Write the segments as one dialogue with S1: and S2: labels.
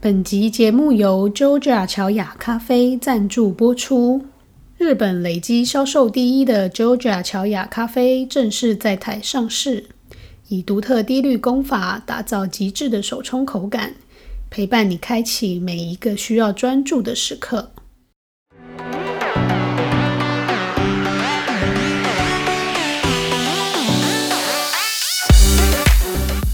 S1: 本集节目由 Georgia 乔雅咖啡赞助播出。日本累积销售第一的 Georgia 乔雅咖啡正式在台上市，以独特低滤工法打造极致的手冲口感，陪伴你开启每一个需要专注的时刻。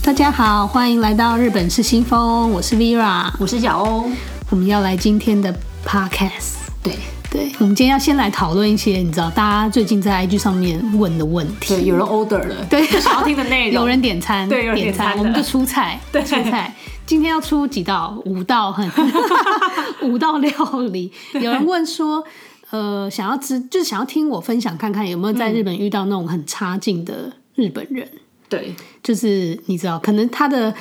S1: 大家好，欢迎来到日本是新风，我是 Vera。
S2: 我是小欧，
S1: 我们要来今天的 podcast。
S2: 对
S1: 对，我们今天要先来讨论一些你知道大家最近在 IG 上面问的问题。
S2: 对，有人 order 了，
S1: 对
S2: 想要听的内 容，
S1: 有人点餐，
S2: 对有人
S1: 点
S2: 点餐
S1: 我
S2: 的
S1: 们就出菜，
S2: 对
S1: 出菜。今天要出几道？五道 很，五道料理。有人问说，呃，想要知就是想要听我分享看看有没有
S2: 嗯
S1: 在日本遇到那种很差劲的日本人，
S2: 对
S1: 就是你知道，可能他的。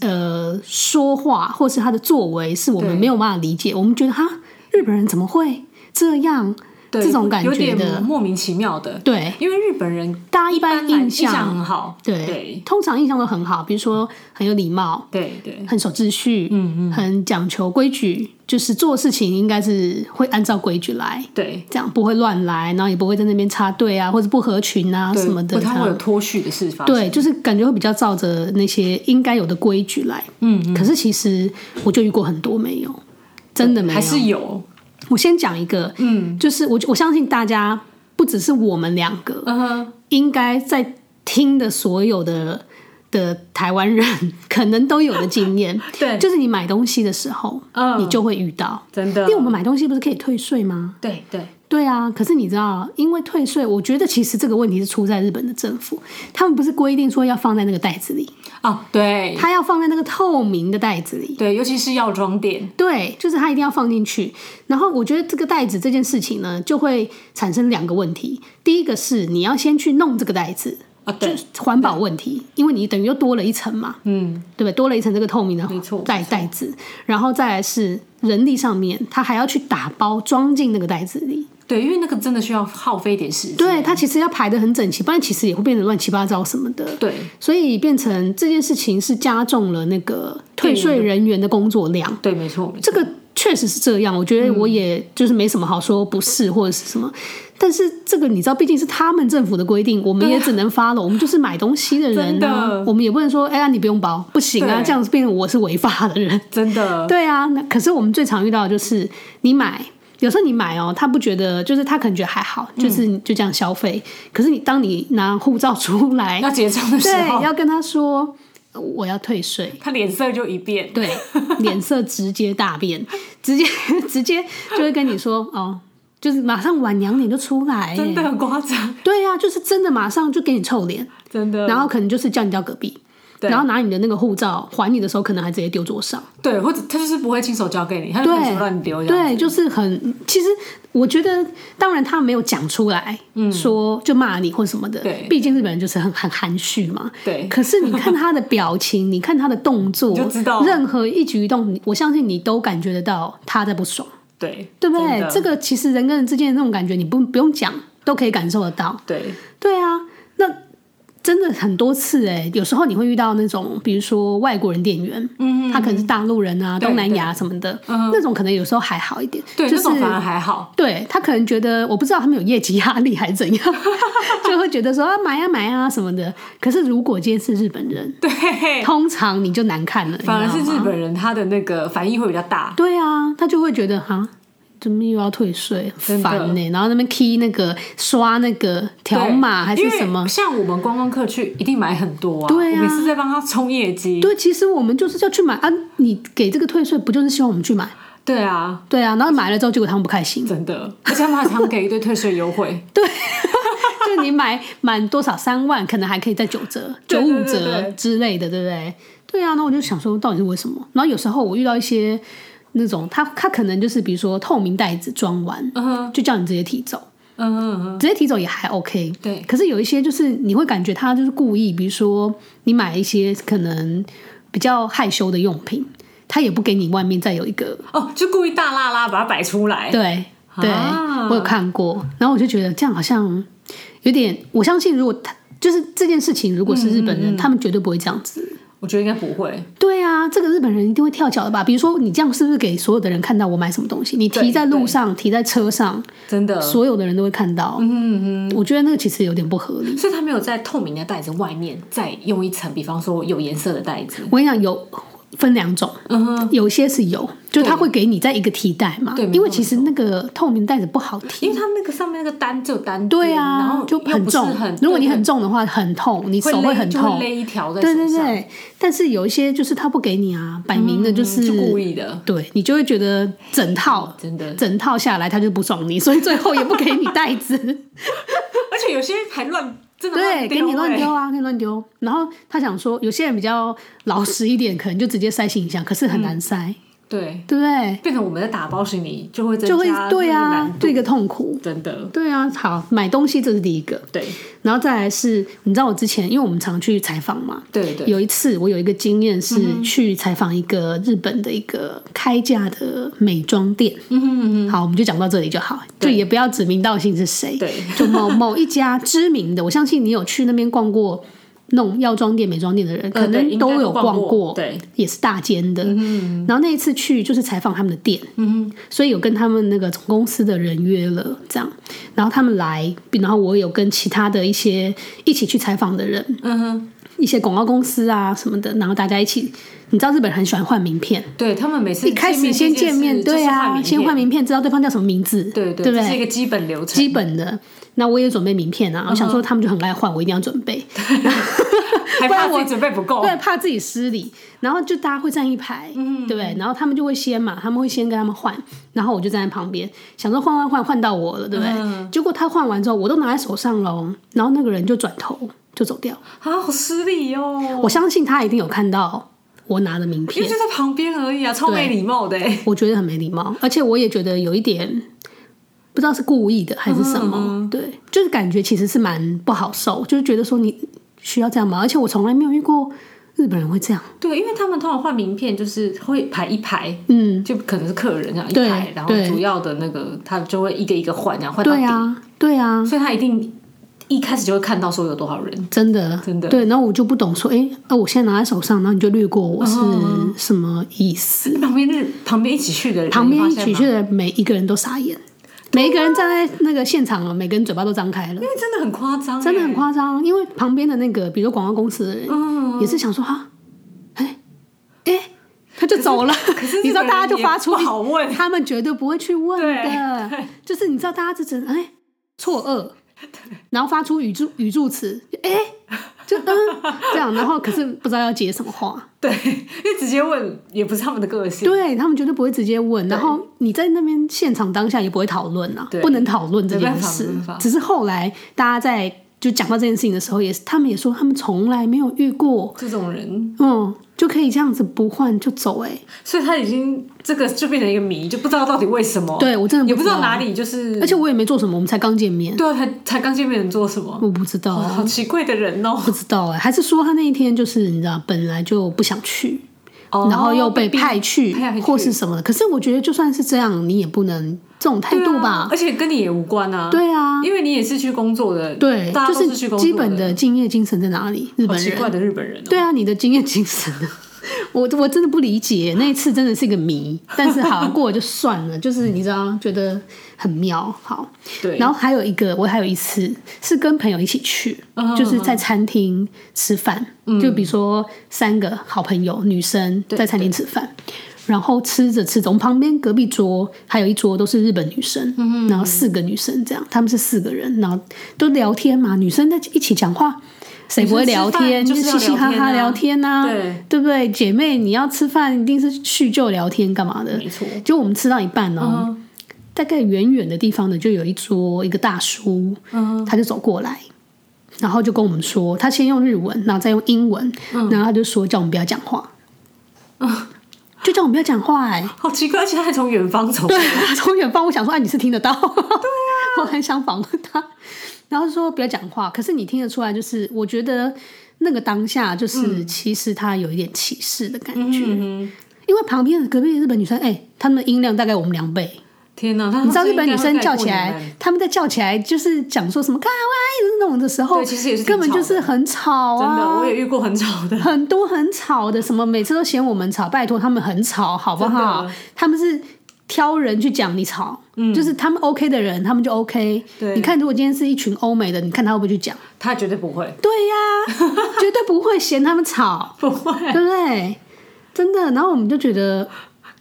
S1: 呃，说话或是他的作为是我们
S2: 对
S1: 没有办法理解，我们觉得哈，日本人怎么会这样？
S2: 对，
S1: 这种感
S2: 有
S1: 觉
S2: 点
S1: 的，
S2: 莫名其妙的，
S1: 对，
S2: 因为日本人
S1: 大家一
S2: 一般啊
S1: 般
S2: 来
S1: 印
S2: 印
S1: 象
S2: 很好，
S1: 对，
S2: 对
S1: 通常印象都很好，比如说很有礼貌，
S2: 对对
S1: 很守秩序，嗯嗯，很讲求规矩，就是做事情应该是会按照规矩来，
S2: 对
S1: 这样不会乱来，然后也不会在那边插队啊，或者不合群啊
S2: 对，
S1: 什么的，
S2: 不
S1: 这
S2: 太会有
S1: 样
S2: 脱序的事发生，
S1: 对，就是感觉会比较照着那些应该有的规矩来，
S2: 嗯
S1: 可是其实我就遇过很多没有，真的没有，
S2: 还是有，
S1: 我先讲一个，
S2: 嗯
S1: 就是我我相信大家不只是我们两个，
S2: 嗯哼，
S1: 应该在听的所有的的台湾人 可能都有的经验，
S2: 对，
S1: 就是你买东西的时候，
S2: 嗯啊
S1: 你就会遇到。
S2: 真的
S1: 因为，我们买东西不是可以退税吗？
S2: 对对
S1: 对啊，可是你知道，因为退税，我觉得其实这个问题是出在日本的政府，他们不是规定说要放在那个袋子里，
S2: 哦，对
S1: 他要放在那个透明的袋子里。
S2: 对，尤其是药妆店，
S1: 对，就是它一定要放进去。然后我觉得这个袋子这件事情呢，就会产生两个问题。第一个是你要先去弄这个袋子，
S2: 啊，
S1: 就
S2: 对，
S1: 是环保问题，因为你等于又多了一层嘛，
S2: 嗯，
S1: 对不对？多了一层这个透明的
S2: 没错
S1: 袋袋子，然后再来是人力上面，他还要去打包装进那个袋子里。
S2: 对，因为那个真的需要耗费一点时间，
S1: 对，它其实要排的很整齐，不然其实也会变得乱七八糟什么的。
S2: 对
S1: 所以变成这件事情是加重了那个退税人员的工作量。
S2: 对，没错，没错
S1: 这个确实是这样，我觉得我也就是没什么好说不是或者是什么。但是这个你知道，毕竟是他们政府的规定，我们也只能发了。我们就是买东西的人
S2: 真
S1: 呢、
S2: 的
S1: 我们也不能说，哎、呀，你不用包，不行啊，
S2: 对
S1: 这样子变成我是违法的 人。
S2: 真的，
S1: 对啊，那可是我们最常遇到的就是你买。有时候你买哦，他不觉得，就是他可能觉得还好，就是你就这样消费。可是你当你拿护照出来，
S2: 要结账的时
S1: 对，
S2: 候，
S1: 要跟他说呃我要退税，
S2: 他脸色就一变，
S1: 对，脸色直接大变， 直接直接就会跟你说哦，就是马上晚娘脸就出来
S2: 真
S1: 耶，
S2: 的很 夸张，
S1: 对呀、就是真的马上就给你臭脸，
S2: 真的，
S1: 然后可能就是叫你到隔壁，
S2: 嗯对
S1: 然后拿你的那个护照还你的时候，可能还直接丢桌上，
S2: 对，或者他就是不会亲手交给你，他就可能乱丢这样。
S1: 对，就是很，其实我觉得，当然他没有讲出来，说就骂你或什么的，
S2: 嗯对
S1: 毕竟日本人就是很很含蓄嘛，
S2: 对
S1: 可是你看他的表情，你看他的动 作，
S2: 就知道
S1: 任何一举一动，你我相信你都感觉得到他在不爽，
S2: 对
S1: 对不
S2: 真
S1: 对？
S2: 的
S1: 这个其实人跟人之间的那种感觉，你不不用讲都可以感受得到。
S2: 对
S1: 对啊，那真的很多次哎、有时候你会遇到那种，比如说外国人店员，嗯，他可能是大陆人啊、
S2: 对嗯
S1: 东南亚什么的，那种可能有时候还好一点，
S2: 对，
S1: 就
S2: 那种
S1: 是
S2: 反而还好。
S1: 对他可能觉得我不知道他们有业绩压力还是 怎样，就会觉得说啊买啊买啊什么的。可是如果今天是日本人，
S2: 对，
S1: 通常你就难看了，
S2: 反而是
S1: 你知道
S2: 日
S1: 吗
S2: 本人他的那个反应会比较大。
S1: 对啊，他就会觉得哈。怎么又要退税？很
S2: 真的
S1: 烦呢、然后那边 key 那个刷那个条
S2: 对
S1: 码还是
S2: 因为
S1: 什么？
S2: 像我们观光客去一定买很多啊，
S1: 对啊
S2: 我每次在帮他冲业绩。
S1: 对，其实我们就是要去买啊，你给这个退税不就是希望我们去买？
S2: 对啊，
S1: 对啊，然后买了之后，结果他们不开心。
S2: 真的，而且他们还常给一堆退税优惠。
S1: 就你买满多少三万，可能还可以再九折、九
S2: 对
S1: 五
S2: 对对对
S1: 折之类的，对不对？对啊，那我就想说，到底是为什么？然后有时候我遇到一些那种，他他可能就是比如说透明袋子装完，
S2: 嗯哼，
S1: 就叫你直接提走，
S2: 嗯哼嗯哼，
S1: 直接提走也还 OK。
S2: 对
S1: 可是有一些就是你会感觉他就是故意，比如说你买一些可能比较害羞的用品，他也不给你外面再有一个
S2: 哦，就故意大拉拉把它摆出来。
S1: 对对，
S2: 啊
S1: 我有看过，然后我就觉得这样好像
S2: 嗯
S1: 有点，我相信如果他就是这件事情，如果是日本人，他们绝对不会这样子。
S2: 我觉得应该不会。
S1: 对啊，这个日本人一定会跳脚的吧？比如说，你这样是不是给所有的人看到我买什么东西？你提
S2: 对
S1: 在路
S2: 对呃
S1: 上，提在车上，
S2: 真的，
S1: 所有的人都会看到。嗯嗯，我觉得那个其实有点不合理。
S2: 所以他没有在透明的袋子外面再用一层，比方说有颜色的袋子。
S1: 我跟你讲，有分两种，
S2: 嗯哼，
S1: 有些是有，就他会给你在一个提袋嘛
S2: 对，没
S1: 因为
S2: 错
S1: 其实那个透明袋子不好提。
S2: 因为它那个上面那个单只有单边
S1: 对
S2: 然
S1: 啊
S2: 后，
S1: 就
S2: 又不是
S1: 重
S2: 很，。
S1: 如果你
S2: 对
S1: 很重的话，很痛，你
S2: 对
S1: 手
S2: 会勒
S1: 很
S2: 就会
S1: 痛。
S2: 勒一条在
S1: 对
S2: 手
S1: 对
S2: 上，嗯
S1: 对，但是有一些就是他不给你啊，摆明的就是
S2: 就故意的，
S1: 对你就会觉得整套
S2: 真的。
S1: 整套下来他就不爽你，所以最后也不给你袋 子，
S2: 而且有些还乱，真的
S1: 对，
S2: 乱
S1: 给你乱
S2: 欸
S1: 丢啊，给你乱丢。然后他想说，有些人比较老实一点，可能就直接塞行李箱，可是很
S2: 嗯
S1: 难塞，
S2: 对，
S1: 对不对？
S2: 变成我们在打包行李就会增加
S1: 就会对
S2: 那个
S1: 啊
S2: 难，度
S1: 这个痛苦。
S2: 真的
S1: 对啊，好，买东西这是第一个，
S2: 对
S1: 然后再来是，你知道我之前，因为我们常去采访嘛，
S2: 对嗯对，
S1: 有一次我有一个经验是去采访一个日本的一个开价的美妆店，
S2: 嗯哼嗯
S1: 好，我们就讲到这里就好，就
S2: 对
S1: 也不要指名道姓是谁
S2: 哼，，对，
S1: 就某某一家知名的，我相信你有去那边逛过那种药妆店、美妆店的人，可
S2: 呃对
S1: 能
S2: 应该
S1: 都有
S2: 都逛
S1: 过，
S2: 对，
S1: 也是大间的。然后那一次去就是采访他们的店，
S2: 嗯
S1: 所以有跟他们那个总公司的人约了这样，然后他们来，然后我有跟其他的一些一起去采访的人，
S2: 哼嗯哼，
S1: 一些广告公司啊什么的，然后大家一起，你知道日本人很喜欢换名片，
S2: 对他们每次
S1: 一开始先见面，对啊，先换
S2: 名
S1: 名片，知道对方叫什么名字，
S2: 片，对
S1: 对
S2: 对，
S1: 不
S2: 这
S1: 对
S2: 是一？个基本嗯流程，
S1: 基本的。那我也准备名片啊，我想说他们就很爱换，我一定要准 备，
S2: 还
S1: 不然
S2: 怕自
S1: 我
S2: 己准备不够，
S1: 对，怕自己失礼。然后就大家会站一排，对不对，然后他们就会先嘛，他们会先跟他们换，然后我就站在旁边，想说换换换换到我了，对不对？结果他换完之后，我都拿在手上喽，然后那个人就转头就走掉。
S2: 啊，好失礼哦，
S1: 我相信他一定有看到我拿的名
S2: 因
S1: 片
S2: 为，就在旁边而已啊，超没礼貌的欸，
S1: 我觉得很没礼貌，而且我也觉得有一点不知道是故意的还是什么，对，就是感觉其实是蛮不好受，就是觉得说你需要这样吗？而且我从来没有遇过日本人会这样，
S2: 对，因为他们通常换名片就是会排一排，
S1: 嗯，
S2: 就可能是客人这样一
S1: 对
S2: 排，然后
S1: 对
S2: 主要的那个他就会一个一个换，然后换到
S1: 对
S2: 底，
S1: 啊，对啊，
S2: 所以他一定一开始就会看到说有多少人。
S1: 真的，
S2: 真的
S1: 对，然后我就不懂说，哎、啊，我现在拿在手上，然后你就略过我
S2: 嗯
S1: 是什么意思？
S2: 旁边是旁边一起去的人，
S1: 旁
S2: 你
S1: 边
S2: 发
S1: 一
S2: 现
S1: 起
S2: 吗
S1: 去的每一个人都傻眼，每一个人站在那个现场啊，每个人嘴巴都张开了。
S2: 因为真的很夸张欸，
S1: 真的很夸张，因为旁边的那个，比如说广告公司的人，
S2: 嗯
S1: 也是想说哈，哎、哎、他就走了。
S2: 可 是
S1: 你知道，大家就发出
S2: 这个人也不好问，
S1: 他们绝对不会去问的
S2: 对，
S1: 就是你知道，大家就只能哎错愕，然后发出语助语助词，就哎、就嗯这样，然后可是不知道要接什么话，
S2: 对，因为直接问也不是他们的个性，
S1: 对他们绝对不会直接问，然后你在那边现场当下也不会讨论啊，
S2: 对
S1: 不能讨论这件事
S2: 没办法没办法，
S1: 只是后来大家在就讲到这件事情的时候，也是他们也说他们从来没有遇过，
S2: 这种人，
S1: 嗯，就可以这样子不换就走、欸，
S2: 所以他已经这个就变成一个谜，就不知道到底为什么，
S1: 对我真的
S2: 哦也
S1: 不
S2: 不
S1: 知
S2: 知
S1: 道
S2: 道哪里就是，
S1: 而且我也没做什么，我们才刚见面，
S2: 对啊，才才刚见面能做什么，
S1: 我不知道、
S2: 哦好奇怪的人哦，
S1: 不知道哎、还是说他那一天就是你知道本来就不想去，
S2: 哦
S1: 然后又被派去
S2: 派去啊
S1: 或是什么的。可是我觉得就算是这样，你也不能这种态
S2: 对
S1: 度
S2: 啊
S1: 吧？
S2: 而且跟你也无关啊，
S1: 对啊，
S2: 因为你也是去工作的，
S1: 对，
S2: 大家都
S1: 就是
S2: 去工作
S1: 基本的敬业精神在哪里？日
S2: 好
S1: 本
S2: 奇
S1: 人
S2: 怪的日本人哦、
S1: 对啊，你的 敬业精神呢？我我真的不理解，那一次真的是一个谜。但是好过了就算了， 就是你知道，觉得很妙。好，
S2: 对，
S1: 然后还有一个，我还有一次是跟朋友一起去，
S2: 嗯
S1: 就是在餐厅吃饭，就比如说三个好朋友女生在餐厅吃饭，然后吃着吃着，我们旁边隔壁桌还有一桌都是日本女生，
S2: 嗯
S1: 然后四个女生这样，她们是四个人，然后都聊天嘛，女生在一起讲话。谁不会聊天？
S2: 女生吃
S1: 嘻
S2: 饭就是
S1: 嘻
S2: 要
S1: 哈
S2: 聊天
S1: 哈
S2: 啊
S1: 聊天呐、
S2: 对
S1: 对不对？姐妹，你要吃饭一定是叙旧聊天干嘛的？
S2: 没错，
S1: 就我们吃到一半哦，
S2: 嗯，
S1: 大概远远的地方呢，就有一桌一个大叔，
S2: 嗯
S1: 他就走过来，然后就跟我们说，他先用日文，然后再用英文，然后他就说叫我们不要讲话，嗯就叫我们不要讲话、哎，
S2: 好奇怪，而且他还从远方走，
S1: 对， 他从远方我想说，哎，你是听得到，对啊，我很想访问他，然后就说不要讲话，可是你听得出来，就是我觉得那个当下，就是其实他有一点歧视的感觉，
S2: 嗯哼，
S1: 因为旁边的隔壁的日本女生，哎、她们的音量大概我们两倍。
S2: 天哪！他
S1: 你知道日本女生叫起来，她们在叫起来就是讲说什么“干哇”那种的时候
S2: 对，其实也是挺
S1: 根本就是
S2: 吵的
S1: 很吵
S2: 真的，
S1: 啊
S2: 我，也遇过很吵的，
S1: 很多很吵的，什么每次都嫌我们吵，拜托他们很吵好不好
S2: 真的？嗯
S1: 他们是挑人去讲你吵，就是他们 OK 的人，他们就 OK。
S2: 对
S1: 你看，如果今天是一群欧美的，你看他会不会 去讲？
S2: 他绝对不会，
S1: 对呀、绝对不会嫌他们吵，
S2: 不会。
S1: 对不对？真的，然后我们就觉得。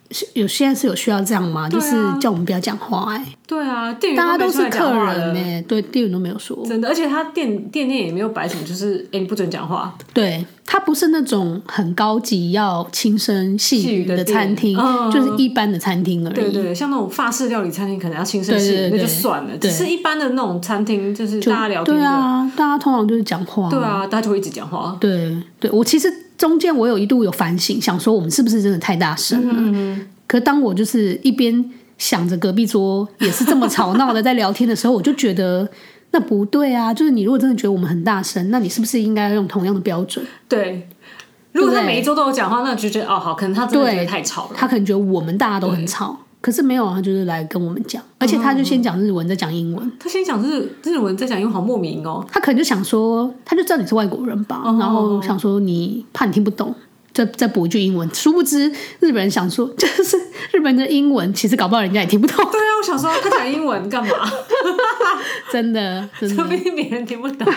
S1: 是有现在是有需要这样吗？就
S2: 对啊
S1: 是叫我们不要讲话、哎，
S2: 对啊，店员
S1: 大家
S2: 都
S1: 都
S2: 没出
S1: 是
S2: 来
S1: 客
S2: 讲话
S1: 人欸
S2: 了
S1: 呢、对，店员都没有说。
S2: 真的，而且他店店内也没有摆什么，就是哎、你不准讲话，
S1: 对，它不是那种很高级要轻声细语的餐厅
S2: 细语的店，嗯
S1: 就是一般的餐厅而已。
S2: 对对，像那种法式料理餐厅可能要轻声细
S1: 对对
S2: 语，
S1: 对
S2: 那就算了，
S1: 对
S2: 只是一般的那种餐厅，就是大家聊天
S1: 对
S2: 的，
S1: 啊，大家通常就是讲话。
S2: 对啊，大家就会一直讲话，
S1: 对对我其实中间我有一度有反省，想说我们是不是真的太大声了？
S2: 嗯
S1: 可当我就是一边想着隔壁桌也是这么吵闹的在聊天的时候，我就觉得。那不对啊！就是你如果真的觉得我们很大声，那你是不是应该用同样的标准？
S2: 对。如果
S1: 对
S2: 他
S1: 不对
S2: 每一周都有讲话，那就觉得哦好，可能他真的觉得太吵了。
S1: 他可能觉得我们大家都很吵，可是没有啊，他就是来跟我们讲，而且他就先讲日文，再讲英文。
S2: 他先讲日日文，再讲英文，好莫名 哦。
S1: 他可能就想说，他就知道你是外国人吧，
S2: 哦
S1: 然后想说你怕你听不懂，再再补一句英文。殊不知日本人想说， 就是日本人的英文，其实搞不好人家也听不懂，
S2: 对啊，我想说他讲英文干 嘛？
S1: 真的真
S2: 说
S1: 的
S2: 不。定别人听不懂。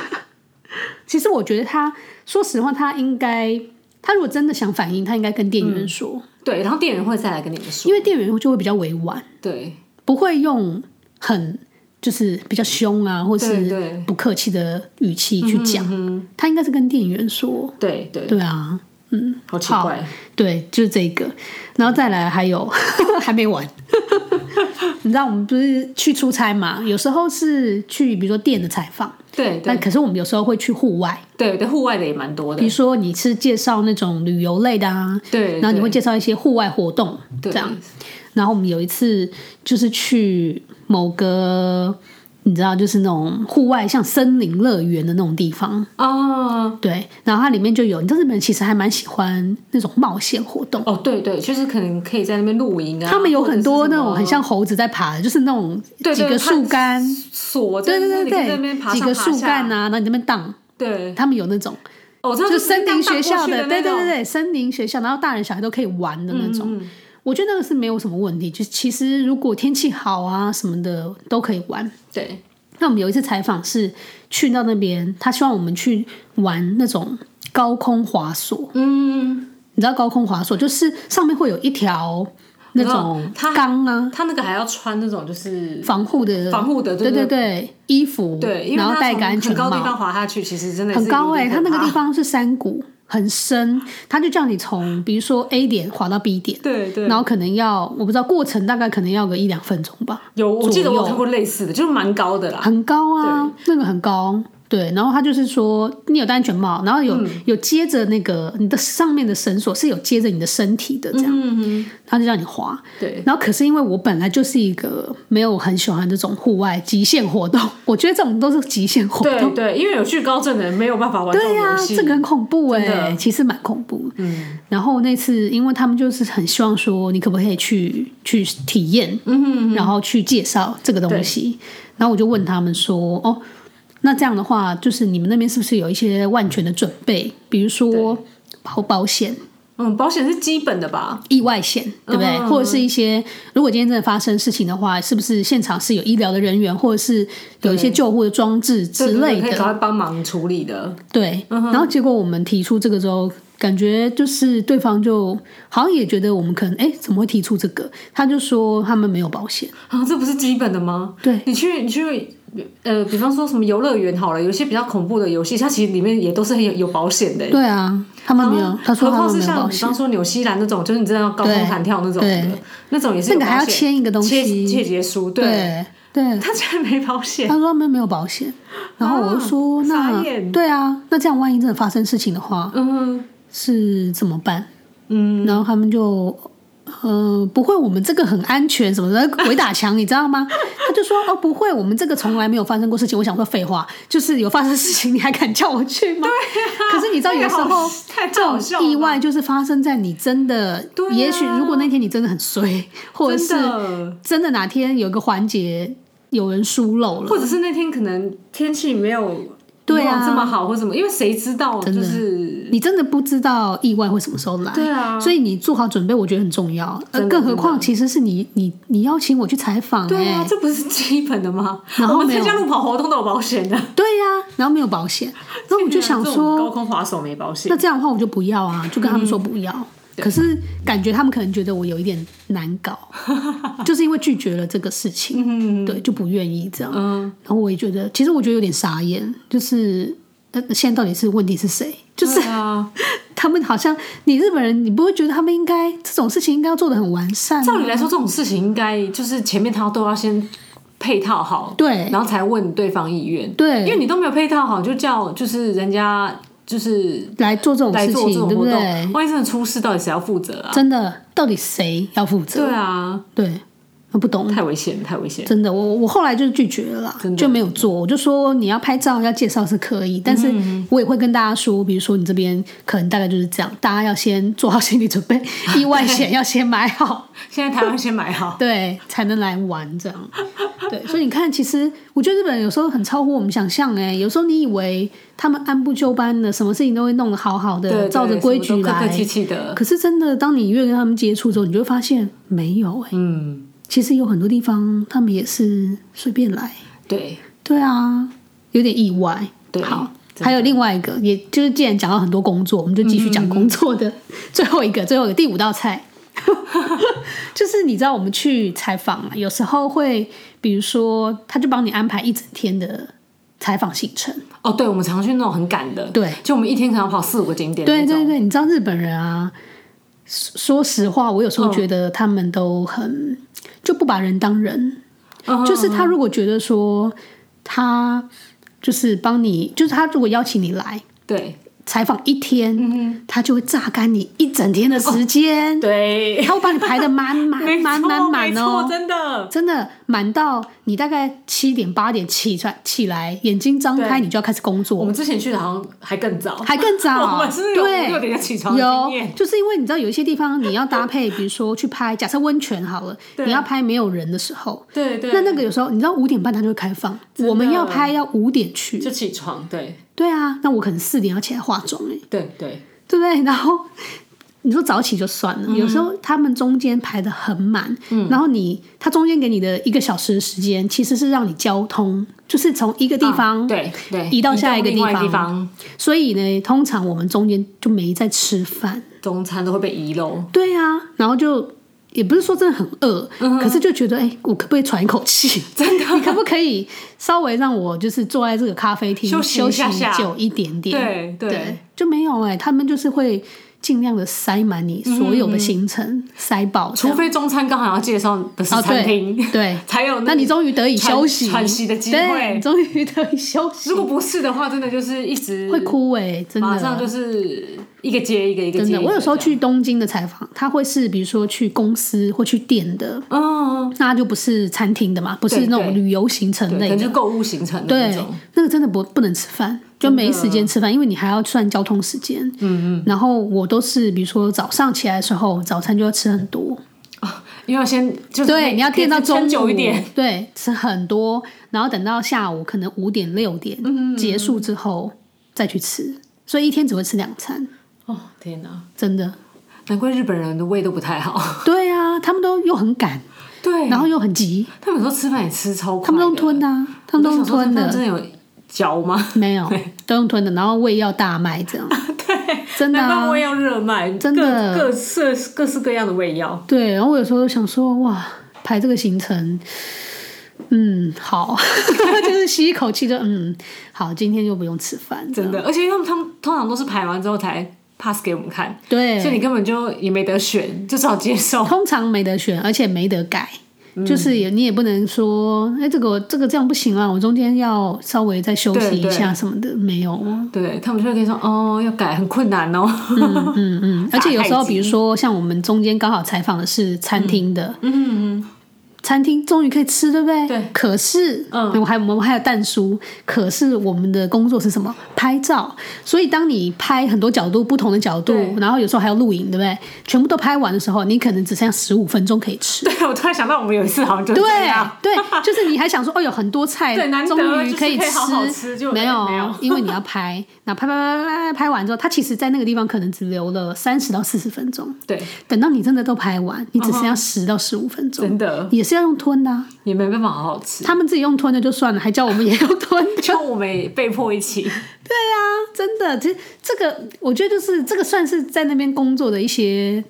S1: 其实我觉得他，说实话，他应该。他如果真的想反应，他应该跟店
S2: 嗯
S1: 员说，
S2: 对，然后店员会再来跟你们说。
S1: 因为店员就会比较委
S2: 嗯
S1: 婉，
S2: 对
S1: 不会用很就是比较凶啊，或
S2: 对
S1: 是
S2: 对
S1: 不客气的语气去讲。他应该是跟店员说，
S2: 嗯对对，
S1: 对啊，
S2: 好奇怪。
S1: 对，就是这个，然后再来还有 还没完，你知道我们不是去出差嘛？有时候是去比如说店的采访，
S2: 对
S1: 但
S2: 对
S1: 可是我们有时候会去户外，
S2: 对对，户外的也蛮多的
S1: 比如。说你是介绍那种旅游类的啊，
S2: 对，
S1: 然后你
S2: 对
S1: 会介绍一些户外活动
S2: 对
S1: 这样。然后我们有一次就是去某个。你知道，就是那种户外像森林乐园的那种地方，
S2: 哦
S1: 对。然后它里面就有，你知道日本人其实还蛮喜欢那种冒险活动。
S2: 哦，对对，就是可能可以在那边露营啊。
S1: 他们有很多那种
S2: 或者
S1: 很
S2: 是什
S1: 像
S2: 么
S1: 猴子在爬的，就是那种
S2: 对对
S1: 几个树干，
S2: 锁在
S1: 对
S2: 那
S1: 对
S2: 里，
S1: 对
S2: 在那边
S1: 对，
S2: 爬
S1: 几
S2: 上
S1: 个
S2: 爬
S1: 树
S2: 下
S1: 干，啊，然后你那边荡，
S2: 对，
S1: 他们有那种，
S2: 哦，我知道
S1: 就是森林学校
S2: 荡荡过去的，嗯
S1: 对对对
S2: 对，
S1: 对，森林学校，然后大人小孩都可以玩的那种。我觉得那个是没有什么问题，就其实如果天气好啊什么的都可以玩。
S2: 对，
S1: 那我们有一次采访是去到那边，他希望我们去玩那种高空滑索，
S2: 嗯，
S1: 你知道高空滑索就是上面会有一条那种
S2: 哦它
S1: 钢啊，
S2: 他那个还要穿那种就是
S1: 防护的
S2: 防护的，
S1: 嗯对对
S2: 对
S1: 对，衣服，
S2: 对，因为
S1: 然后
S2: 它
S1: 戴
S2: 从
S1: 个安全
S2: 很高地
S1: 帽，
S2: 方滑下去，其实真的
S1: 很高哎、
S2: 哎，
S1: 它那个地方是山谷，很深，它就叫你从比如说 A 点滑到 B 点，
S2: 对对
S1: 然。后可能要我不知道过程大概可能要个一两分钟吧，
S2: 有，我记得
S1: 左
S2: 我
S1: 右
S2: 有看过类似的，就是蛮高的啦。
S1: 很高啊，那个很高。对，然后他就是说，你有戴安全帽，然后有、
S2: 嗯
S1: 有接着那个你的上面的绳索是有接着你的身体的这样，
S2: 嗯嗯，
S1: 他就让你滑。
S2: 对，
S1: 然后可是因为我本来就是一个没有很喜欢这种户外极限活动，我觉得这种都是极限活动，
S2: 对对，因为有惧高症的人没有办法玩这
S1: 对
S2: 种
S1: 呀、
S2: 游戏。
S1: 这个很恐怖哎、
S2: 真的
S1: 其实蛮恐怖。
S2: 嗯
S1: 然后那次，因为他们就是很希望说，你可不可以去去体验，
S2: 嗯
S1: 然后去介绍这个东西。然后我就问他们说，哦，那这样的话，就是你们那边是不是有一些万全的准备，比如说保保险、
S2: 嗯，保险是基本的吧？
S1: 意外险，对不对？
S2: 嗯
S1: 或者是一些，如果今天真的发生事情的话，是不是现场是有医疗的人员，或者是有一些救护的装置之
S2: 对
S1: 类
S2: 对对可以
S1: 的？
S2: 赶快帮忙处理的。
S1: 对，然后结果我们提出这个之后，感觉就是对方就好像也觉得我们可能哎怎么会提出这个？他就说他们没有保险，
S2: 啊，这不是基本的吗？
S1: 对，
S2: 你去你去，呃，比方说什么游乐园好了，有一些比较恐怖的游戏，它其实里面也都是很有有保险的。
S1: 对啊，他们没有，他说
S2: 何
S1: 他
S2: 况
S1: 们
S2: 是
S1: 没有
S2: 像
S1: 保
S2: 比
S1: 险
S2: 方，说纽西兰那种，就是你知道高空
S1: 对
S2: 弹跳那种
S1: 对
S2: 的，那种也是
S1: 那
S2: 有
S1: 个还要
S2: 保险
S1: 签一个东
S2: 切
S1: 西，
S2: 切结书，对，
S1: 对对，
S2: 他竟然没保险，
S1: 他说他们没有保险，然后我就说、
S2: 啊
S1: 那
S2: 傻眼
S1: 对啊，那这样万一真的发生事情的话
S2: 嗯
S1: 是怎么办？
S2: 嗯，
S1: 然后他们就嗯、不会，我们这个很安全什么的， 鬼打墙，你知道吗？他就说哦，不会，我们这个从来没有发生过事情。我想说废话，就是有发生事情，你还敢叫我去吗？ 可是你知道，有时候
S2: 太
S1: 这
S2: 搞笑了
S1: 种意外就是发生在你真的，
S2: 对啊
S1: 也许如果那天你真的很衰，或者是
S2: 真的
S1: 真的哪天有一个环节有人疏漏了，
S2: 或者是那天可能天气没有
S1: 对啊
S2: 以往这么好，或什么，因为谁知道
S1: 真的
S2: 就是
S1: 你真的不知道意外会什么时候来。
S2: 对啊，
S1: 所以你做好准备，我觉得很重要。呃
S2: 真，的
S1: 更何
S2: 真
S1: 况其实是你你你邀请我去采访、欸，
S2: 对啊，这不是基本的吗？
S1: 然后
S2: 我们
S1: 没有
S2: 参加路跑活动都有保险的，
S1: 对呀、然后没有保险，然后我就想
S2: 这种高
S1: 说，
S2: 空滑手没保险
S1: 那，这样的话我就不要啊，就跟他们说不要。
S2: 嗯
S1: 可是感觉他们可能觉得我有一点难 搞，就是因为拒绝了这个事情，
S2: 嗯
S1: 对，就不愿意这样。
S2: 嗯，
S1: 然后我也觉得，其实我觉得有点傻眼，就是呃，现在到底是问题是谁？就是
S2: 对啊，
S1: 他们好像你日本人，你不会觉得他们应该这种事情应该要做的很完善吗？
S2: 照理来说这种事情应该就是前面他都要先配套好，
S1: 对
S2: 然后才问对方意愿，因为
S1: 对，
S2: 你都没有配套好，就叫就是人家就是
S1: 来做这种
S2: 来
S1: 事
S2: 做这
S1: 情，
S2: 种
S1: 对不
S2: 活动，
S1: 对？
S2: 万一真的出事，到底谁要负责啊？
S1: 真的，到底谁要负责？
S2: 对啊，
S1: 对，我不懂。
S2: 太危险，太危险。
S1: 真的，我我后来就是拒绝了啦
S2: 真，的
S1: 就没有做。我就说你要拍照要介绍是可以，但
S2: 嗯
S1: 是我也会跟大家说，比如说你这边可能大概就是这样，大家要先做好心理准备，意外险要先买好，
S2: 现在台湾先买好，
S1: 对，才能来玩这样。对，所以你看，其实我觉得日本人有时候很超乎我们想象哎、有时候你以为他们按部就班的，什么事情都会弄得好好的，
S2: 对，
S1: 照着
S2: 对
S1: 规
S2: 什
S1: 矩
S2: 么都客
S1: 来。
S2: 客气气的，
S1: 可是真的，当你越跟他们接触之后，你就会发现没有哎、
S2: 嗯，
S1: 其实有很多地方他们也是随便来。
S2: 对
S1: 对啊，有点意外。
S2: 对，
S1: 好，
S2: 真的
S1: 还有另外一个，也就是既然讲到很多工作，我们就继续讲工作
S2: 嗯
S1: 的、 最后一个，最后一个第五道菜， 就是你知道我们去采访啊嘛，有时候会，比如说他就帮你安排一整天的采访行程。
S2: 哦，对，我们常去那种很赶的，
S1: 对，
S2: 就我们一天可能要跑四五个景点
S1: 对
S2: 呃那
S1: 对
S2: 种，
S1: 对，你知道日本人啊，说说实话，我有
S2: 嗯
S1: 时候觉得他们都很、就不把人当人。
S2: 嗯
S1: 就是他如果觉得说他就是帮你，就是他如果邀请你来
S2: 对
S1: 采访一天，
S2: 嗯
S1: 他就会榨干你一整天的时间，
S2: 对，
S1: 他会把你排的满满
S2: 哦没错
S1: 满满满
S2: 没错
S1: 哦。
S2: 真的，
S1: 真的满到你大概七点八点起床起来，眼睛张开，
S2: 对
S1: 你就要开始工
S2: 我
S1: 作，
S2: 们之前去的好像还更早，
S1: 还更早。
S2: 我们是有
S1: 对，
S2: 五六点就起床的经
S1: 有
S2: 验，，
S1: 就是因为你知道有一些地方你要搭配，比如说去拍，假设温泉好了，
S2: 对
S1: 你要拍没有人的时候，
S2: 对对，
S1: 那那个有时候你知道五点半它就会开放，
S2: 真的
S1: 我们要拍要五点去。
S2: 就起床，对
S1: 对啊，那我可能四点要起来化妆哎、欸，
S2: 对对，
S1: 对不对？然 后你说早起就算
S2: 嗯
S1: 了，有时候他们中间排的很满，然后你他中间给你的一个小时的时间，其实是让你交通，就是从一个地方、
S2: 啊对对，
S1: 移到下一个
S2: 移
S1: 地
S2: 另外
S1: 方
S2: 地方，
S1: 所以呢，通常我们中间就没在吃饭。
S2: 中餐都会被遗漏，
S1: 对啊，然后就也不是说真的很饿，可是就觉得哎、我可不可以喘一口气？
S2: 嗯真的
S1: 你可不可以稍微让我就是坐在这个咖啡厅
S2: 休息一下下
S1: 久一点点？
S2: 对对
S1: 就没有哎、他们就是会尽量的塞满你所有的行程，
S2: 嗯
S1: 塞饱这
S2: 除
S1: 样。
S2: 非中餐刚好要介绍的是
S1: 哦，
S2: 餐厅，
S1: 对对，
S2: 才有
S1: 那你终于得以
S2: 喘
S1: 休息
S2: 喘息的机
S1: 对
S2: 会
S1: 你。终于得以休息
S2: 如，果不是的话，真的就是一直
S1: 会哭哎、真的。
S2: 马上就是一个接一个，一个接
S1: 真
S2: 一个
S1: 的，我有时候去东京的采访，他会是比如说去公司或去店的，
S2: 这样，嗯，
S1: 那就不是餐厅的嘛，不是
S2: 对
S1: 那种
S2: 对
S1: 旅游行程
S2: 对可
S1: 类
S2: 能就
S1: 的，
S2: 购物行程的
S1: 对
S2: 那种，，
S1: 那个真的不不能吃饭，就没时间吃饭，因为你还要算交通时间。嗯嗯。然后我都是比如说早上起来的时候，早餐就要吃很多，
S2: 因为要先就是可
S1: 对，
S2: 以
S1: 你要垫到
S2: 可以
S1: 中午
S2: 撑久一点，，
S1: 对，吃很多，然后等到下午可能五点六点
S2: 嗯
S1: 结束之后再去吃，所以一天只会吃两餐，
S2: 哦天哪，
S1: 真的。
S2: 难怪日本人的胃都不太好，
S1: 对啊，他们都又很赶，
S2: 对，
S1: 然后又很急，
S2: 他们有时候吃饭也吃超快的，
S1: 他们都吞啊，他们
S2: 我
S1: 都
S2: 想说
S1: 吞
S2: 他
S1: 的
S2: 们。真的有嚼吗？
S1: 没有，都用吞的，然后胃要大卖这样。
S2: 对，
S1: 真的啊
S2: 难怪胃药热卖，
S1: 真的
S2: 各各色各式各样的胃药，
S1: 对，然后我有时候想说，哇，排这个行程，嗯， 好，就是吸一口气就嗯，好，今天就不用吃饭。
S2: 真的，而且他们他们通常都是排完之后才 pass 给我们看，所以
S1: 对，
S2: 你根本就也没得选，就只好接受。
S1: 通常没得选，而且没得改，
S2: 嗯
S1: 就是也你也不能说，哎，这个我这个这样不行啊，我中间要稍微再休息一
S2: 对
S1: 下什么的，没有。
S2: 对他们就会跟你说哦，要改很困难哦。
S1: 嗯嗯嗯，而且有时候
S2: 打太极
S1: 比如说像我们中间刚好采访的是餐厅的，
S2: 嗯嗯
S1: 餐厅终于可以吃，对不对？
S2: 对。
S1: 可是，
S2: 嗯
S1: 我还我们还有蛋叔，可是我们的工作是什么？拍照。所以，当你拍很多角度、不同的角度
S2: 对，
S1: 然后有时候还要录影，对不对？全部都拍完的时候，你可能只剩下十五分钟可以吃。
S2: 对我突然想到，我们有一次好像 就是
S1: 对
S2: 这样。
S1: 对，就是你还想说，哦，有很多菜
S2: 对难，得
S1: 终于
S2: 就是
S1: 以
S2: 可以
S1: 吃，
S2: 好好吃就
S1: 没有
S2: 没有
S1: 因为你要拍，那拍拍拍拍拍拍完之后，它其实在那个地方可能只留了三十到四十分钟。
S2: 对，
S1: 等到你真的都拍完，你只剩下十到十五分钟，
S2: 真的
S1: 也是要用吞的啊、
S2: 也没办法好好吃，
S1: 他们自己用吞的就算了，还叫我们也用吞。
S2: 就我们也被迫一起。
S1: 对啊， 真的，其实这个我觉得就是这个算是在那边工作的一些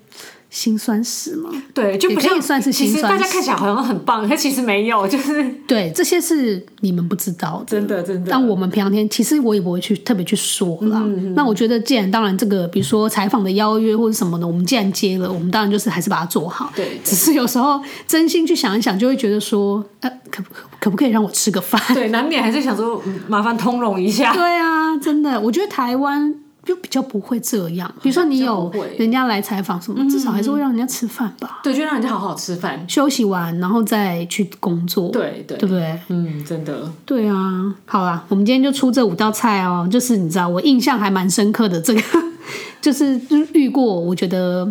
S1: 辛酸史嘛。
S2: 对，就不
S1: 也可以
S2: 像
S1: 算是
S2: 其实
S1: 辛酸
S2: 大家
S1: 史
S2: 看起来好像很棒，可其实没有， 就是
S1: 对，这些是你们不知道的。
S2: 真的真的。嗯
S1: 但我们平常天其实我也不会去特别去说啦。那我觉得，既然当然这个，比如说采访的邀约或者什么的，我们既然接了，我们当然就是还是把它做好。
S2: 对对
S1: 只是有时候真心去想一想，就会觉得说，呃，可不可不可以让我吃个 饭？
S2: 对，难免还是想说嗯麻烦通融一下。
S1: 对啊，真的，我觉得台湾就比较不会这样。比如说你有
S2: 比较不会嗯
S1: 人家来采访什么，至少还是会让人家吃饭吧，
S2: 对，就让人家好好吃饭。
S1: 休息完然后再去工作，
S2: 对对
S1: 对，不对？
S2: 嗯，真的。
S1: 对啊，好啦，我们今天就出这五道菜哦。就是你知道，我印象还蛮深刻的，这个 就是遇过，我觉得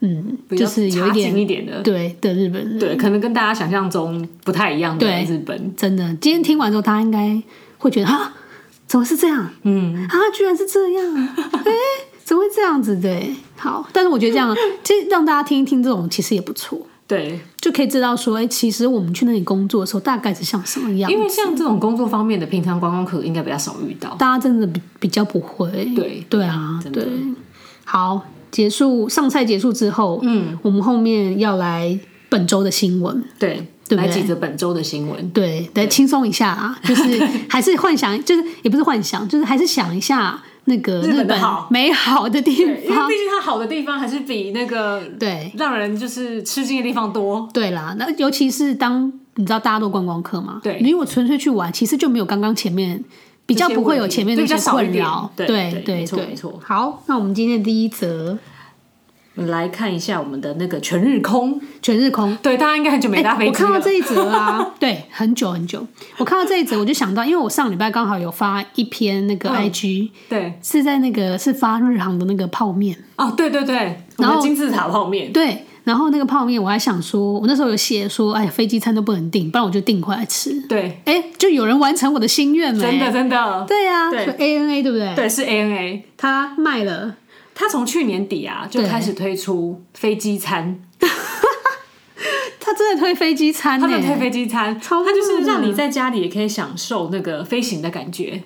S1: 嗯，
S2: 比较
S1: 就是有一
S2: 差劲
S1: 点
S2: 一点的，嗯
S1: 对的日本人，
S2: 对，可能跟大家想象中不太一样的
S1: 对
S2: 日本。
S1: 真的，今天听完之后，大家应该会觉得啊，怎么是这样？
S2: 嗯，
S1: 啊，居然是这 样，哎、怎么会这样子的？好，但是我觉得这样，啊 其实让大家听一听这种，其实也不错，
S2: 对，
S1: 就可以知道说，哎、其实我们去那里工作的时候，大概是像什么样
S2: 因。为像这种工作方面的，平常观光客应该比较少遇到。
S1: 大家真的比比较不会，
S2: 对
S1: 对啊，
S2: 真的
S1: 对。好，结束上菜结束之后，
S2: 嗯，
S1: 我们后面要来本周的新闻。
S2: 对，
S1: 对不
S2: 来
S1: 对
S2: 几则本周的新闻。
S1: 对，来轻松一下 啊，就是还是幻想，就是也不是幻想，就是还是想一下那个
S2: 日本的
S1: 日本
S2: 好
S1: 美好的地
S2: 对，因为
S1: 方
S2: 毕。竟它好的地方还是比那个
S1: 对
S2: 让人就是吃惊的地方多。
S1: 对啦，那尤其是当你知道大家都观光客嘛，
S2: 对
S1: 你如果纯粹去玩，其实就没有刚刚前面比较
S2: 这些
S1: 不会有
S2: 问题
S1: 前面那
S2: 对比较
S1: 些
S2: 少一
S1: 困扰。
S2: 点对
S1: 对
S2: 对没错没错
S1: 好，那我们今天的第一则
S2: 我们来看一下我们的那个全日空，
S1: 全日空。
S2: 对，大家应该很久没搭
S1: 哎
S2: 飞
S1: 我
S2: 机
S1: 看
S2: 了。
S1: 到这一则啊， 对，很久很久，我看到这一则我就想到，因为我上礼拜刚好有发一篇那个 IG，、
S2: 对，
S1: 是在那个是发日航的那个泡面，
S2: 哦，对对对，我
S1: 然
S2: 们
S1: 后
S2: 的金字塔泡面，
S1: 对，然后那个泡面我还想说，我那时候有写说，哎呀，飞机餐都不能订，不然我就订回来吃。
S2: 对，
S1: 哎，就有人完成我的心愿了、
S2: 真的
S1: 哎
S2: 真的，
S1: 对啊，
S2: 对
S1: 所以 ANA 对不对？，
S2: 对，是 ANA，
S1: 他卖了，
S2: 它从去年底啊就
S1: 对
S2: 开始推出飞机餐，
S1: 嗯他真的推飞机餐
S2: 他
S1: 呢、
S2: 们推飞机餐，
S1: 超棒
S2: 它就是
S1: 的
S2: 让你在家里也可以享受那个飞行的感觉，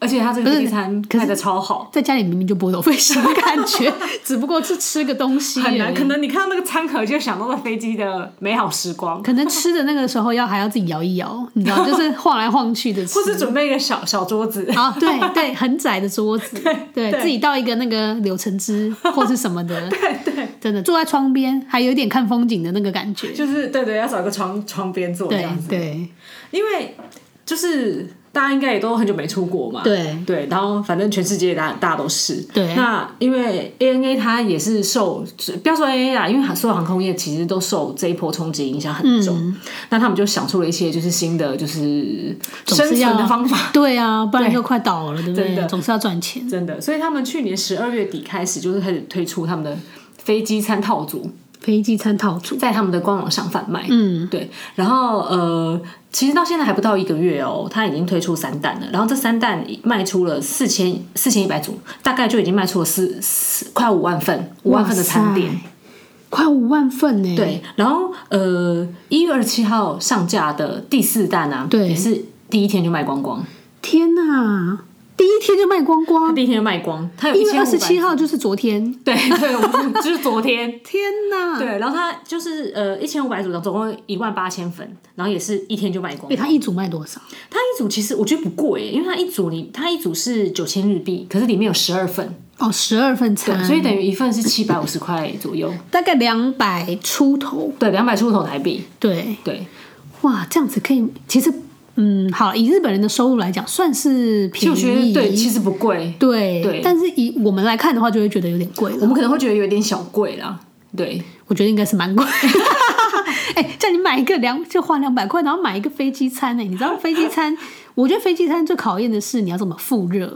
S2: 而且它这个
S1: 不是
S2: 飞机餐
S1: 可是
S2: 卖的超好，
S1: 在家里明明就不会有飞行的感 觉，只不过是吃个东西而已，
S2: 很难。可能你看到那个餐盒就想到了飞机的美好时光，
S1: 可能吃的那个时候要还要自己摇一摇，你知道，就是晃来晃去的吃
S2: 或。是准备一个小小桌子，
S1: 啊，对对，很窄的桌子，对
S2: 对
S1: 自己倒一个那个柳橙汁或是什么 的，对对，真的坐在窗边，还有点看风景的那个感觉，
S2: 就是对对，要找一个窗窗边坐这
S1: 对
S2: 样子，
S1: 对
S2: 因为就是大家应该也都很久没出国嘛，
S1: 对
S2: 对，然后反正全世界大大家都是。
S1: 对
S2: 那因为 ANA 它也是受，不要说 ANA 啦，因为所有航空业其实都受这一波冲击影响很重。
S1: 嗯
S2: 那他们就想出了一些就是新的就是
S1: 总是
S2: 生存的
S1: 要
S2: 方法。
S1: 对啊，不然就快倒了，对不
S2: 真
S1: 对？
S2: 的
S1: 总是要赚钱，
S2: 真的，所以他们去年十二月底开始就是开始推出他们的飞机餐套组，
S1: 飞机餐套组，
S2: 在他们的官网上贩卖。
S1: 嗯，
S2: 对，然后呃，其实到现在还不到一个月哦，它已经推出三弹了，然后这三弹卖出了四千四千一百组，大概就已经卖出了四四快五万份，五万份的餐
S1: 哇
S2: 点。
S1: 塞，快五万份呢，
S2: 对，然后呃，一月二十七号上架的第四弹啊，
S1: 对
S2: 也是第一天就卖光光，
S1: 天哪，第一天就卖光光，
S2: 第一天就卖光，它有
S1: 哦一
S2: 一
S1: 月
S2: 千
S1: 二十七，号就是昨天，
S2: 对对，我们就是昨天。
S1: 天哪，
S2: 对，然后它就是呃一千五百组，总共一万八千粉，然后也是一天就卖光
S1: 哎，。他一组卖多少？
S2: 它一组其实我觉得不贵耶，因为它一组你它一组是九千日币，可是里面有十二份，
S1: 哦，十二份餐
S2: 对，，所以等于一份是七百五十块左右，
S1: 大概两百出头。
S2: 对，两百出头台币，
S1: 对，
S2: 对，
S1: 哇，这样子可以，其实嗯，好，以日本人的收入来讲，算是
S2: 其
S1: 便
S2: 实我觉
S1: 宜。
S2: 得对，其实不贵，
S1: 对
S2: 对
S1: 但是以我们来看的话，就会觉得有点贵
S2: 我
S1: 了。
S2: 们可能会觉得有点小贵啦，对，
S1: 我觉得应该是蛮贵。 哎、叫你买一个两就花两百块，然后买一个飞机餐呢、哎你知道飞机餐， 我觉得飞机餐最考验的是你要怎么复热，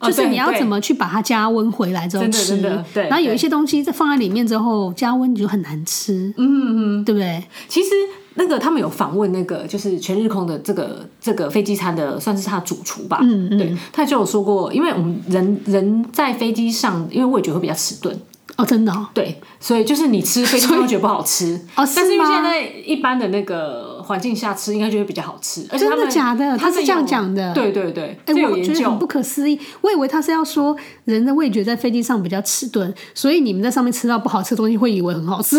S2: 哦
S1: 就是
S2: 对
S1: 你要
S2: 对
S1: 怎么去把它加温回来之后
S2: 真的
S1: 吃
S2: 真的。对
S1: 然后有一
S2: 对
S1: 些东西在放在里面之后加温，你就很难吃，
S2: 嗯嗯嗯，
S1: 对不对？
S2: 其实。那个他们有访问那个就是全日空的这个这个飞机餐的，算是他的主厨吧，
S1: 嗯嗯
S2: 对，他就有说过，因为我们人人在飞机上，因为味觉会比较迟钝，
S1: 哦，真的、哦，
S2: 对，所以就是你 吃飞机餐会觉得不好吃，
S1: 哦，
S2: 但是因为
S1: 吗
S2: 现在一般的那个环境下吃，应该就会比较好吃。而且
S1: 真
S2: 他
S1: 的
S2: 们
S1: 假的？他
S2: 他们
S1: 是这样
S2: 有
S1: 讲的。
S2: 对对对，
S1: 哎、
S2: 这
S1: 我
S2: 有
S1: 觉
S2: 研
S1: 得很
S2: 究
S1: 不。可思议，我以为他是要说人的味觉在飞机上比较迟钝，所以你们在上面吃到不好吃的东西会以为很好吃，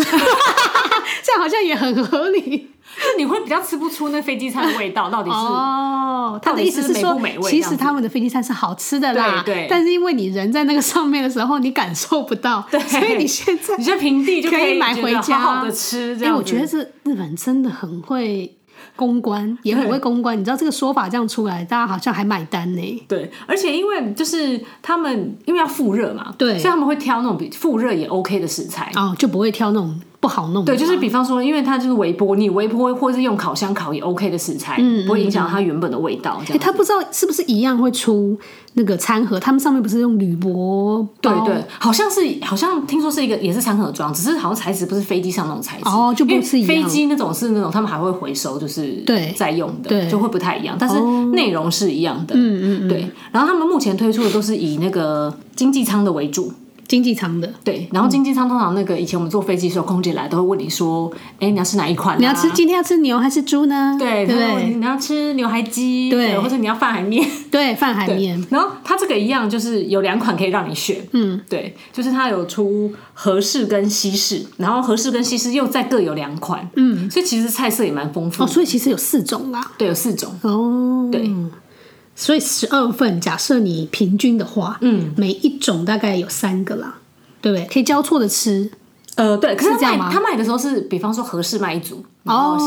S1: 这样好像也很合理。
S2: 就你会比较吃不出那飞机餐的味道到底是。
S1: 哦，他
S2: 到
S1: 的
S2: 底
S1: 意思
S2: 是
S1: 是
S2: 美
S1: 说，
S2: 不美味
S1: 其
S2: 这
S1: 实
S2: 样
S1: 他们的飞机餐是好吃的啦，
S2: 对对
S1: 但是因为你人在那个上面的时候，你感受不到，
S2: 对，
S1: 所以你现在，
S2: 你在平地就
S1: 可以
S2: 以
S1: 买
S2: 觉
S1: 回
S2: 得
S1: 家
S2: 好好的吃这
S1: 哎、
S2: 样
S1: 我
S2: 子。
S1: 觉得这日本真的很会公关，也很会公关。你知道这个说法这样出来，大家好像还买单呢。
S2: 对，而且因为就是他们因为要复热嘛，
S1: 对
S2: 所以他们会挑那种比复热也 OK 的食材。
S1: 哦，就不会挑那种不好弄的
S2: 对，
S1: 嘛。
S2: 就是比方说，因为它就是微波，你微波或是用烤箱烤也 OK 的食材，
S1: 嗯
S2: 不会影响它原本的味道。这
S1: 欸
S2: 样子
S1: 他不知道是不是一样会出那个餐盒，他们上面不是用铝箔
S2: 对
S1: 包
S2: 对，好像是好像听说是一个也是餐盒装，只是好像材质不是飞机上那种材质
S1: 哦就不
S2: 因为
S1: 是一样
S2: 飞机那种是那种他们还会回收，就是
S1: 对
S2: 在用的，
S1: 对哦
S2: 就会不太一样，但是内容是一样的。
S1: 嗯嗯嗯
S2: 对，然后他们目前推出的都是以那个经济舱的为主，
S1: 经济舱的，
S2: 对。然后经济舱通常那个以前我们坐飞机的时候，空姐来都会问你说：“哎，你要吃哪一款、啊？
S1: 你要吃今天要吃牛还是猪呢？
S2: 对
S1: 对不
S2: 然后
S1: 对
S2: 你要吃牛海鸡，
S1: 对
S2: 或者你要饭海面。”
S1: 对，饭海面，
S2: 然后它这个一样就是有两款可以让你选，
S1: 嗯，
S2: 对，就是它有出和式跟西式，然后和式跟西式又再各有两款，嗯，所以其实菜色也蛮丰富
S1: 哦，
S2: 的，
S1: 所以其实有四种啦，
S2: 对，有四种，
S1: 哦，
S2: 对。
S1: 所以十二份，假设你平均的话，嗯，每一种大概有三个啦，对不对？可以交错的吃，
S2: 呃，对，可是
S1: 是这样
S2: 它
S1: 吗哦
S2: 卖它卖的时候是，比方说和式卖一组，然后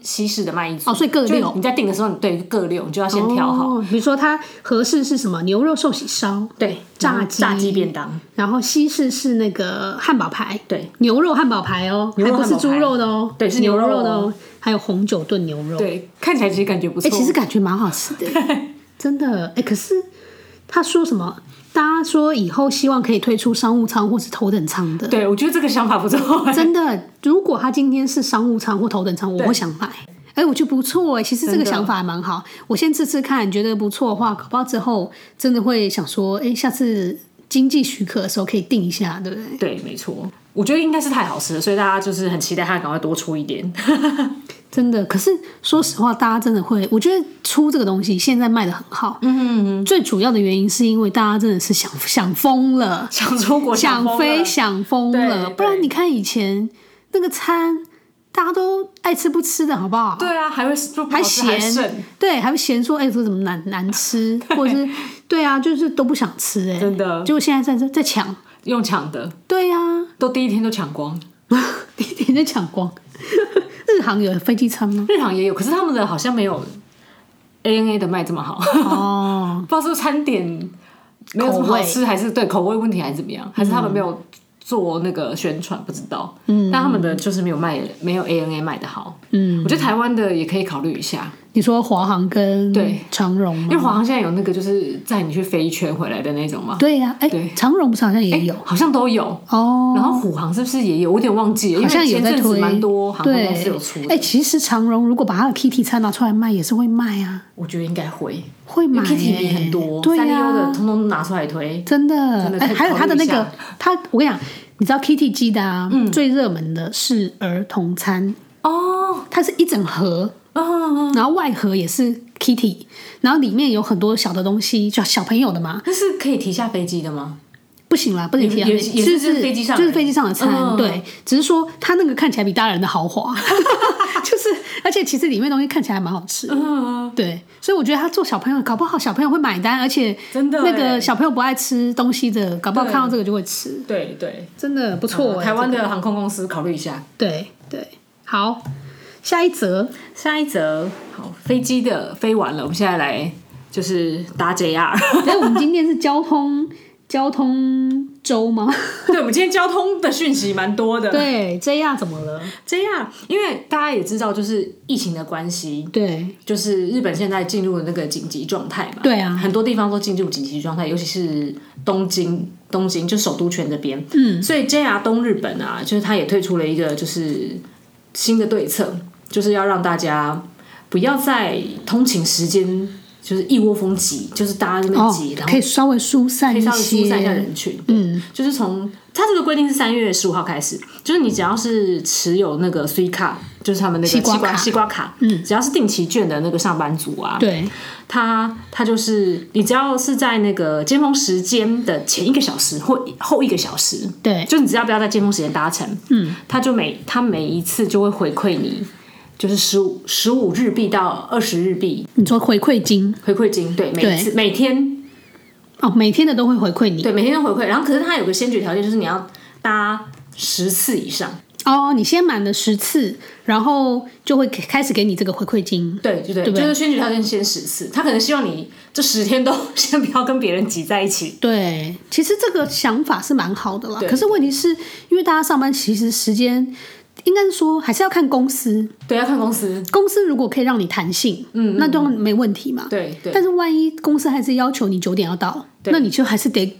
S2: 西、西式的卖一组，
S1: 哦所以各
S2: 就
S1: 六
S2: 你在订的时候，你对各六，你就要先挑好，
S1: 哦。比如说它合适是什么？牛肉寿喜烧，
S2: 对，
S1: 炸
S2: 然后
S1: 鸡
S2: 炸鸡便当，
S1: 然后西式是那个汉堡排，
S2: 对，
S1: 牛肉汉堡排哦，
S2: 牛
S1: 还
S2: 肉
S1: 不
S2: 汉堡
S1: 是猪
S2: 排
S1: 肉的哦，
S2: 对是
S1: 牛
S2: 牛肉
S1: 的
S2: 哦
S1: 哦，还有红酒炖牛肉，，
S2: 对，看起来其实感觉不错，
S1: 哎，其实感觉蛮好吃的，欸真的，哎，可是他说什么？大家说以后希望可以推出商务舱或是头等舱的，
S2: 对我觉得这个想法不错，
S1: 真的，如果他今天是商务舱或头等舱，我会想买。哎、我觉得不错哎，其实这个
S2: 真的
S1: 想法还蛮好。我先试试看，觉得不错的话，搞不好之后真的会想说，哎、下次经济许可的时候可以定一下，对不对？
S2: 对，没错，我觉得应该是太好吃了，所以大家就是很期待它赶快多出一点。
S1: 真的，可是说实话，大家真的会，我觉得出这个东西现在卖的很好，
S2: 嗯，
S1: 最主要的原因是因为大家真的是想想疯了，
S2: 想出国
S1: 想飞想疯了，
S2: 对
S1: 不然
S2: 对
S1: 你看以前那个餐，大家都爱吃不吃的好不好？
S2: 对啊，还会就不好吃
S1: 还
S2: 还
S1: 嫌
S2: 剩，
S1: 对，还会嫌说，哎、这怎么难难 吃，或者是对啊，就是都不想吃、哎，
S2: 真的
S1: 结果现在在在抢，
S2: 用抢的，
S1: 对呀、啊，
S2: 都第一天都抢光。
S1: 一天在抢光。 日航有飞机餐吗？
S2: 日航也有，可是他们的好像没有 ANA 的卖这么好，不
S1: 哦，
S2: 知道是 不是餐点没有这么
S1: 口
S2: 好
S1: 味
S2: 吃，还是对口味问题，还是怎
S1: 嗯
S2: 么样，还是他们没有做那个宣传，不知道。嗯，但他们的就是没有卖，没有 ANA 卖的好。
S1: 嗯，
S2: 我觉得台湾的也可以考虑一下。
S1: 你说华航跟
S2: 对
S1: 长荣
S2: 因为
S1: 吗？
S2: 华航现在有那个就是载你去飞一圈回来的那种嘛，
S1: 对呀、哎、
S2: 对
S1: 长荣不是好像也
S2: 诶
S1: 有、
S2: 好像都有。
S1: 哦，
S2: 然后虎航是不是也有？我有点忘记了，
S1: 好像
S2: 因
S1: 有
S2: 为
S1: 在
S2: 前阵
S1: 推
S2: 子蛮多航空公司有出
S1: 对
S2: 的，
S1: 哎、其实长荣如果把它的 Kitty 餐拿出来卖，也是会卖啊，
S2: 我觉得应该会。
S1: 会买、哎
S2: Kitty 比很多，
S1: 对
S2: 三丽
S1: 呀、
S2: 鸥的通通拿出来推。
S1: 真的
S2: 真，的
S1: 哎、
S2: 可以
S1: 还有
S2: 考
S1: 它的那
S2: 虑一
S1: 个
S2: 下，嗯
S1: 它我跟你讲，你知道 Kitty 鸡的啊，最热门的是儿童餐，
S2: 哦，
S1: 它是一整盒，
S2: 啊，
S1: 然后外盒也是 Kitty，然后里面有很多小的东西，就小朋友的嘛，
S2: 那是可以提下飞机的吗？
S1: 不行啦，不能
S2: 也
S1: 提啊，
S2: 也也
S1: 就是
S2: 就是飞机上
S1: 就是
S2: 的
S1: 飞机上的餐，
S2: 嗯
S1: 对，只是说它那个看起来比大人的豪华，就是而且其实里面东西看起来还蛮好吃的，
S2: 嗯，
S1: 对，所以我觉得他做小朋友，搞不好小朋友会买单，而且
S2: 真的
S1: 那个
S2: 欸
S1: 小朋友不爱吃东西的，搞不好
S2: 对
S1: 看到这个就会吃，
S2: 对对，
S1: 真的不错、欸
S2: 台湾
S1: 这个
S2: 的航空公司考虑一下。
S1: 对对，好，下一则
S2: 下一则，好，飞机的飞完了，我们现在来就是搭 JR。
S1: 哎，我们今天是交通交通周 吗？
S2: 对，我们今天交通的讯息蛮多的。
S1: 对，JR 怎么了？
S2: ，JR，因为大家也知道，就是疫情的关系，
S1: 对
S2: 就是日本现在进入了那个紧急状态嘛。
S1: 对啊
S2: 很多地方都进入紧急状态，尤其是东京，东京就首都圈这边。嗯，所以 JR 东日本啊，就是它也推出了一个就是新的对策，就是要让大家不要在通勤时间就是一窝蜂挤，就是大家在那边
S1: 哦
S2: 挤，然，后
S1: 可以稍微疏散
S2: 可以
S1: 一
S2: 稍微疏散一下
S1: 些，
S2: 人群。
S1: 嗯，
S2: 就是从它这个规定是三月十五号开始，就是你只要是持有那个 C 卡，就是他们那个
S1: 西瓜卡
S2: 西瓜卡，嗯，只要是定期券的那个上班族啊，
S1: 对，
S2: 他他就是你只要是在那个尖峰时间的前一个小时或后一个小时，
S1: 对
S2: 就你只要不要在尖峰时间搭乘，嗯，他就每他每一次就会回馈你。就是十五十五日币到二十日币
S1: 你说回馈金
S2: 回馈金，对，每一次每天
S1: 哦，每天的都会回馈你
S2: 对，每天都回馈。然后，可是它有个先决条件，就是你要搭十次以上。
S1: 哦，你先满了十次，然后就会给开始给你这个回馈金。
S2: 对对对，
S1: 对不对
S2: 就是先决条件先十次。他可能希望你这十天都 先不要跟别人挤在一起。
S1: 对，其实这个想法是蛮好的啦。
S2: 对
S1: 可是问题是因为大家上班其实时间，应该是说还是要看公司。
S2: 对，要看公司。
S1: 公司如果可以让你弹性，嗯，那当然没问题嘛。
S2: 对对
S1: 但是万一公司还是要求你九点要到，那你就还是得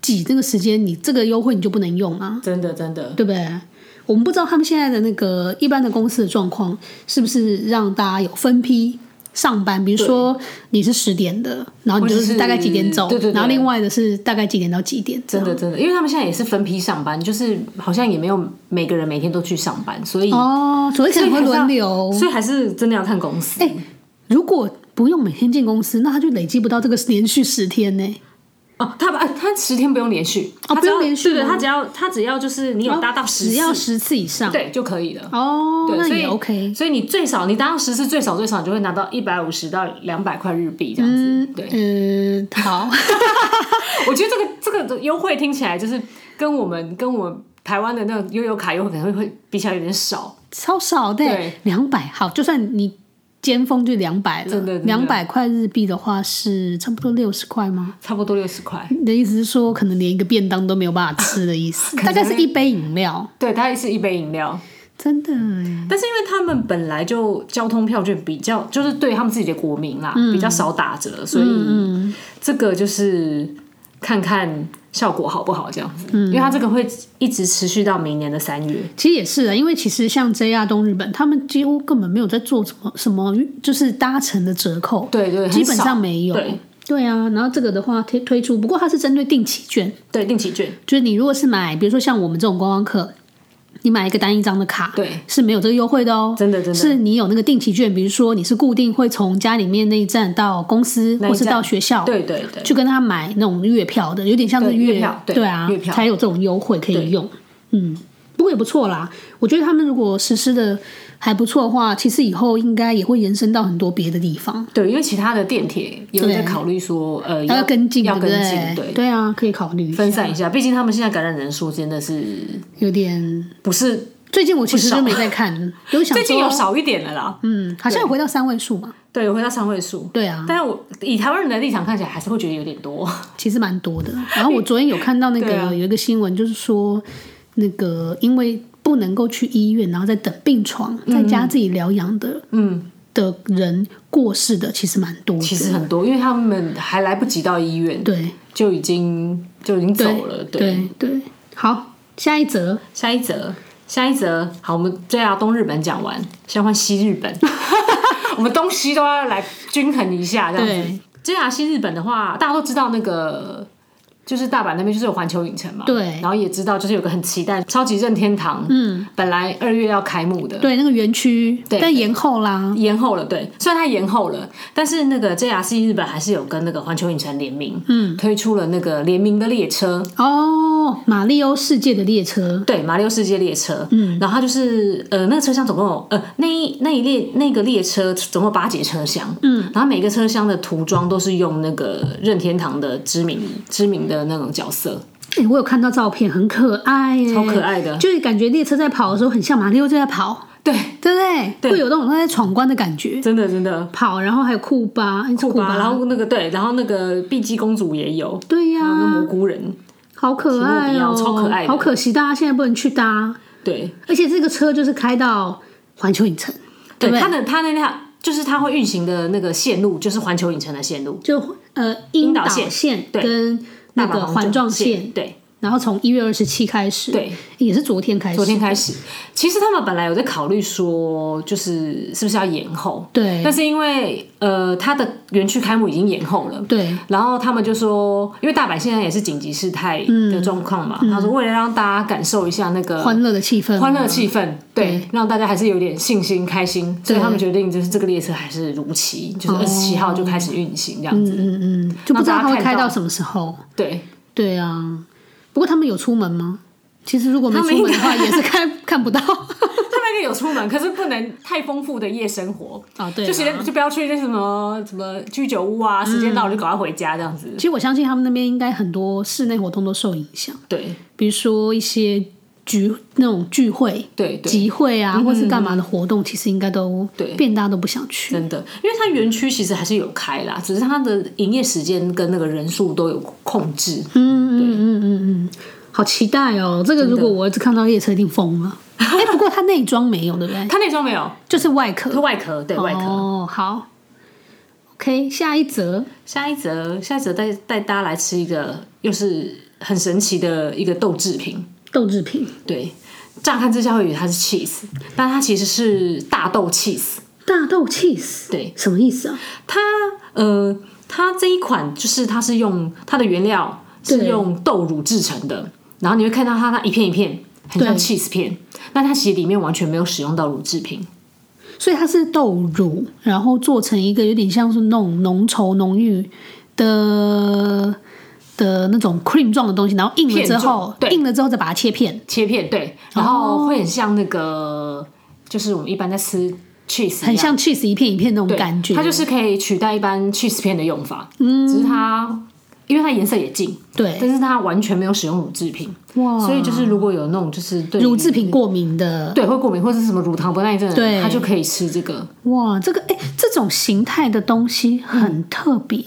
S1: 挤这个时间，你这个优惠你就不能用啊，
S2: 真的真的，
S1: 对不对？我们不知道他们现在的那个一般的公司的状况是不是让大家有分批上班，比如说你是十点的，然后你就
S2: 或者
S1: 是
S2: 是
S1: 大概几点走，
S2: 对对对
S1: 然后另外的是大概几点到几点，
S2: 真的真的，因为他们现在也是分批上班，就是好像也没有每个人每天都去上班，所以、
S1: 哦，所以可
S2: 所以
S1: 能会
S2: 还是要
S1: 轮流。
S2: 所以还是真的要看公司。
S1: 哎如果不用每天进公司，那他就累积不到这个连续十天呢、
S2: 哦，他把哎他十天不用连续，
S1: 哦
S2: 他只要
S1: 不用连续
S2: 对对，
S1: 吗哦
S2: 他只要他只要就是你有搭到十
S1: 只要
S2: 次，
S1: 十次以上，
S2: 对就可以了。
S1: 哦，
S2: 对，
S1: 那
S2: 所以
S1: 也 OK。
S2: 所以你最少你当时是最少最少，你就会拿到一百五十到两百块日币这样子。对，
S1: 嗯，好，
S2: 我觉得这个这个优惠听起来就是跟我们跟我们台湾的那种悠游卡优惠可能会会比起来有点少。
S1: 超少的欸
S2: 对，
S1: 两百，好，就算你尖峰就两百了
S2: 真的，真的
S1: 两百块日币的话是差不多六十块吗？
S2: 差不多六十块，
S1: 你的意思是说，可能连一个便当都没有办法吃的意思，
S2: 可
S1: 大
S2: 能
S1: 概是一杯饮料，
S2: 对，它也是一杯饮料，
S1: 真的哎，
S2: 但是因为他们本来就交通票券比较，就是对他们自己的国民啦，
S1: 嗯
S2: 比较少打折，所以这个就是看看效果好不好这样子，
S1: 嗯
S2: 因为它这个会一直持续到明年的三月。
S1: 其实也是啊，因为其实像 JR 东日本，他们几乎根本没有在做什么什么，就是搭乘的折扣，
S2: 对对，很
S1: 基本
S2: 少
S1: 上没有
S2: 对。
S1: 对啊，然后这个的话推推出，不过它是针对定期券，
S2: 对定期券，
S1: 就是你如果是买，比如说像我们这种观光客，你买一个单一张的卡，
S2: 对，
S1: 是没有这个优惠的哦。
S2: 真的真的
S1: 是你有那个定期券，比如说你是固定会从家里面那一站到公司
S2: 那一
S1: 或是
S2: 站
S1: 到学校，
S2: 对对对，
S1: 去跟他买那种月票的，有点像是
S2: 对
S1: 月
S2: 月票对
S1: 啊，
S2: 月票
S1: 才有这种优惠可以用。嗯，不过也不错啦。我觉得他们如果实施的还不错的话，其实以后应该也会延伸到很多别的地方，
S2: 对，因为其他的电铁也有在
S1: 对
S2: 考虑说，呃，
S1: 要跟进，
S2: 要
S1: 对不
S2: 跟进，
S1: 对？对啊，可以考虑一下
S2: 分散一下，毕竟他们现在感染人数真的是
S1: 有点。
S2: 不是
S1: 最近我其实
S2: 不少
S1: 就没在看，有想
S2: 最近有
S1: 说，
S2: 少一点了啦，
S1: 嗯，好像有回到三位数嘛。
S2: 对，有回到三位数，
S1: 对啊，
S2: 但是我以台湾人的立场看起来，还是会觉得有点多。
S1: 其实蛮 多的。然后我昨天有看到那
S2: 对
S1: 个、
S2: 啊
S1: 有一个新闻，就是说那个因为不能够去医院，然后在等病床，在家自己疗养的，
S2: 嗯，
S1: 的人过世的其实蛮多的。
S2: 其实很多，因为他们还来不及到医院，
S1: 对
S2: 就已经就已经走了。对，
S1: 对对，好，下一则
S2: 下一则，下一则，好，我们对啊，东日本讲完，先换西日本，我们东西都要来均衡一下，这样子。
S1: 对
S2: 这啊，西日本的话，大家都知道那个就是大阪那边就是有环球影城嘛，
S1: 对
S2: 然后也知道就是有个很期待超级任天堂，嗯，本来二月要开幕的，
S1: 对，那个园区，
S2: 对
S1: 但延后啦。
S2: 延后了，对，虽然它延后了，但是那个 JRC 日本还是有跟那个环球影城联名，嗯，推出了那个联名的列车，
S1: 哦，马里奥世界的列车，
S2: 对，马里奥世界列车，嗯，然后它就是呃，那个车厢总共有呃那一那一列那个列车总共有八节车厢，嗯，然后每个车厢的涂装都是用那个任天堂的知名知名的那种角色，
S1: 哎、我有看到照片，很可爱耶，
S2: 超可爱的
S1: 就是感觉列车在跑的时候，很像马里奥就在跑，
S2: 对，
S1: 对不对？
S2: 对
S1: 会有那种他在闯关的感觉，
S2: 真的真的。
S1: 跑，然后还有库巴，哎是
S2: 酷
S1: 库
S2: 吧，然后那个对，然后那个碧姬公主也有，
S1: 对呀、
S2: 还有那蘑菇人，
S1: 好可
S2: 提
S1: 爱
S2: 莫迪
S1: 哦、
S2: 奥超可爱的
S1: 好可惜大家现在不能去搭，
S2: 对
S1: 而且这个车就是开到环球影城，对
S2: 对
S1: 不，对
S2: 它的它那辆就是它会运行的那个线路就是环球影城的线路，
S1: 就呃樱
S2: 岛
S1: 岛
S2: 线
S1: 线
S2: 对
S1: 跟那
S2: 大
S1: 个
S2: 阪
S1: 环状线
S2: 线，，对
S1: 然后从一月二十七开始，
S2: 对，
S1: 也是昨天开始，
S2: 昨天开始，其实他们本来有在考虑说，就是是不是要延后，
S1: 对
S2: 但是因为呃，它的园区开幕已经延后了。
S1: 对，
S2: 然后他们就说，因为大阪现在也是紧急事态的状况嘛，他说为了让大家感受一下那
S1: 嗯
S2: 个
S1: 欢乐的气氛，
S2: 欢乐气氛，对，
S1: 对
S2: 让大家还是有点信心、开心，所
S1: 对
S2: 以
S1: 哦
S2: 他们决定就是这个列车还是如期，就是二十七号就开始运行这样子。
S1: 嗯嗯嗯，就不知道它会开到什么时候。
S2: 对，
S1: 对啊，不过他们有出门吗？其实如果没
S2: 他们
S1: 出门的话，
S2: 应该
S1: 也是看 看不到。
S2: 他们应该有出门，可是不能太丰富的夜生活。
S1: 哦，对
S2: 就时
S1: 啊
S2: 间就不要去那什么什么居酒屋啊，时间到了就赶快回家这样子。
S1: 其实我相信他们那边应该很多室内活动都受影响，
S2: 对
S1: 比如说一些聚那种聚会、
S2: 对对，
S1: 集会啊，或是干嘛的活动，其实应该都
S2: 对
S1: 变大家都不想去。
S2: 真的，因为它园区其实还是有开啦，只是它的营业时间跟那个人数都有控制。
S1: 嗯嗯嗯嗯嗯，好期待哦！这个如果我儿子看到列车，一定疯了。 哎，不过他内装没有，对不对？
S2: 它那时候没有，
S1: 就是外壳
S2: 是。外壳，对外壳。
S1: 哦，好。OK，下一则
S2: 下一则，下一则带带大家来吃一个又是很神奇的一个豆制品。
S1: 豆制品
S2: 对，乍看之下会以为它是 cheese，但它其实是大豆 cheese。
S1: 大豆 cheese，
S2: 对，
S1: 什么意思啊？
S2: 它呃，它这一款就是它是用它的原料是
S1: 对
S2: 用豆乳制成的，然后你会看到它那一片一片，很像
S1: 对
S2: cheese 片，但它其实里面完全没有使用到乳制品。
S1: 所以它是豆乳，然后做成一个有点像是那种浓稠浓郁的的那种 cream 状的东西，然后硬了
S2: 片
S1: 之
S2: 状
S1: 后，
S2: 对
S1: 硬了之后再把它切片，
S2: 切片对，然
S1: 哦
S2: 后会很像那个，就是我们一般在吃 cheese，一
S1: 很
S2: 样
S1: 像 cheese 一片一片那种
S2: 对
S1: 感觉。嗯
S2: 它就是可以取代一般 cheese 片的用法，只是它因为它颜色也近，
S1: 对，
S2: 但是它完全没有使用乳制品，
S1: 哇
S2: 所以就是如果有那种就是对于
S1: 乳制品过敏的，
S2: 对会过敏或者是什么乳糖不耐症的
S1: 对
S2: 人，他就可以吃这个。
S1: 哇，这个哎，这种形态的东西很特别，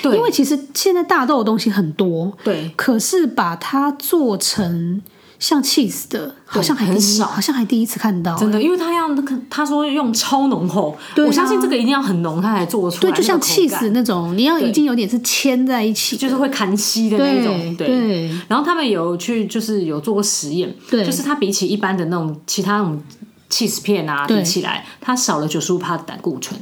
S2: 对
S1: 因为其实现在大豆的东西很多，
S2: 对
S1: 可是把它做成像 cheese 的，好像还
S2: 很
S1: 第一
S2: 少
S1: 好像还第一次看到。
S2: 真的，因为他要那个，他说用超浓厚，
S1: 对啊
S2: 我相信这个一定要很浓，它才做得出
S1: 对，
S2: 来。
S1: 就像 cheese
S2: 子，
S1: 那种，你要已经有点是牵在一起，
S2: 就是会弹吸的那
S1: 对
S2: 种。嗯
S1: 对
S2: 然后他们有去就是有做过实验，
S1: 对
S2: 就是它比起一般的那种其他那种 cheese 片啊
S1: 对
S2: 比起来，它少了九十五帕的胆固醇，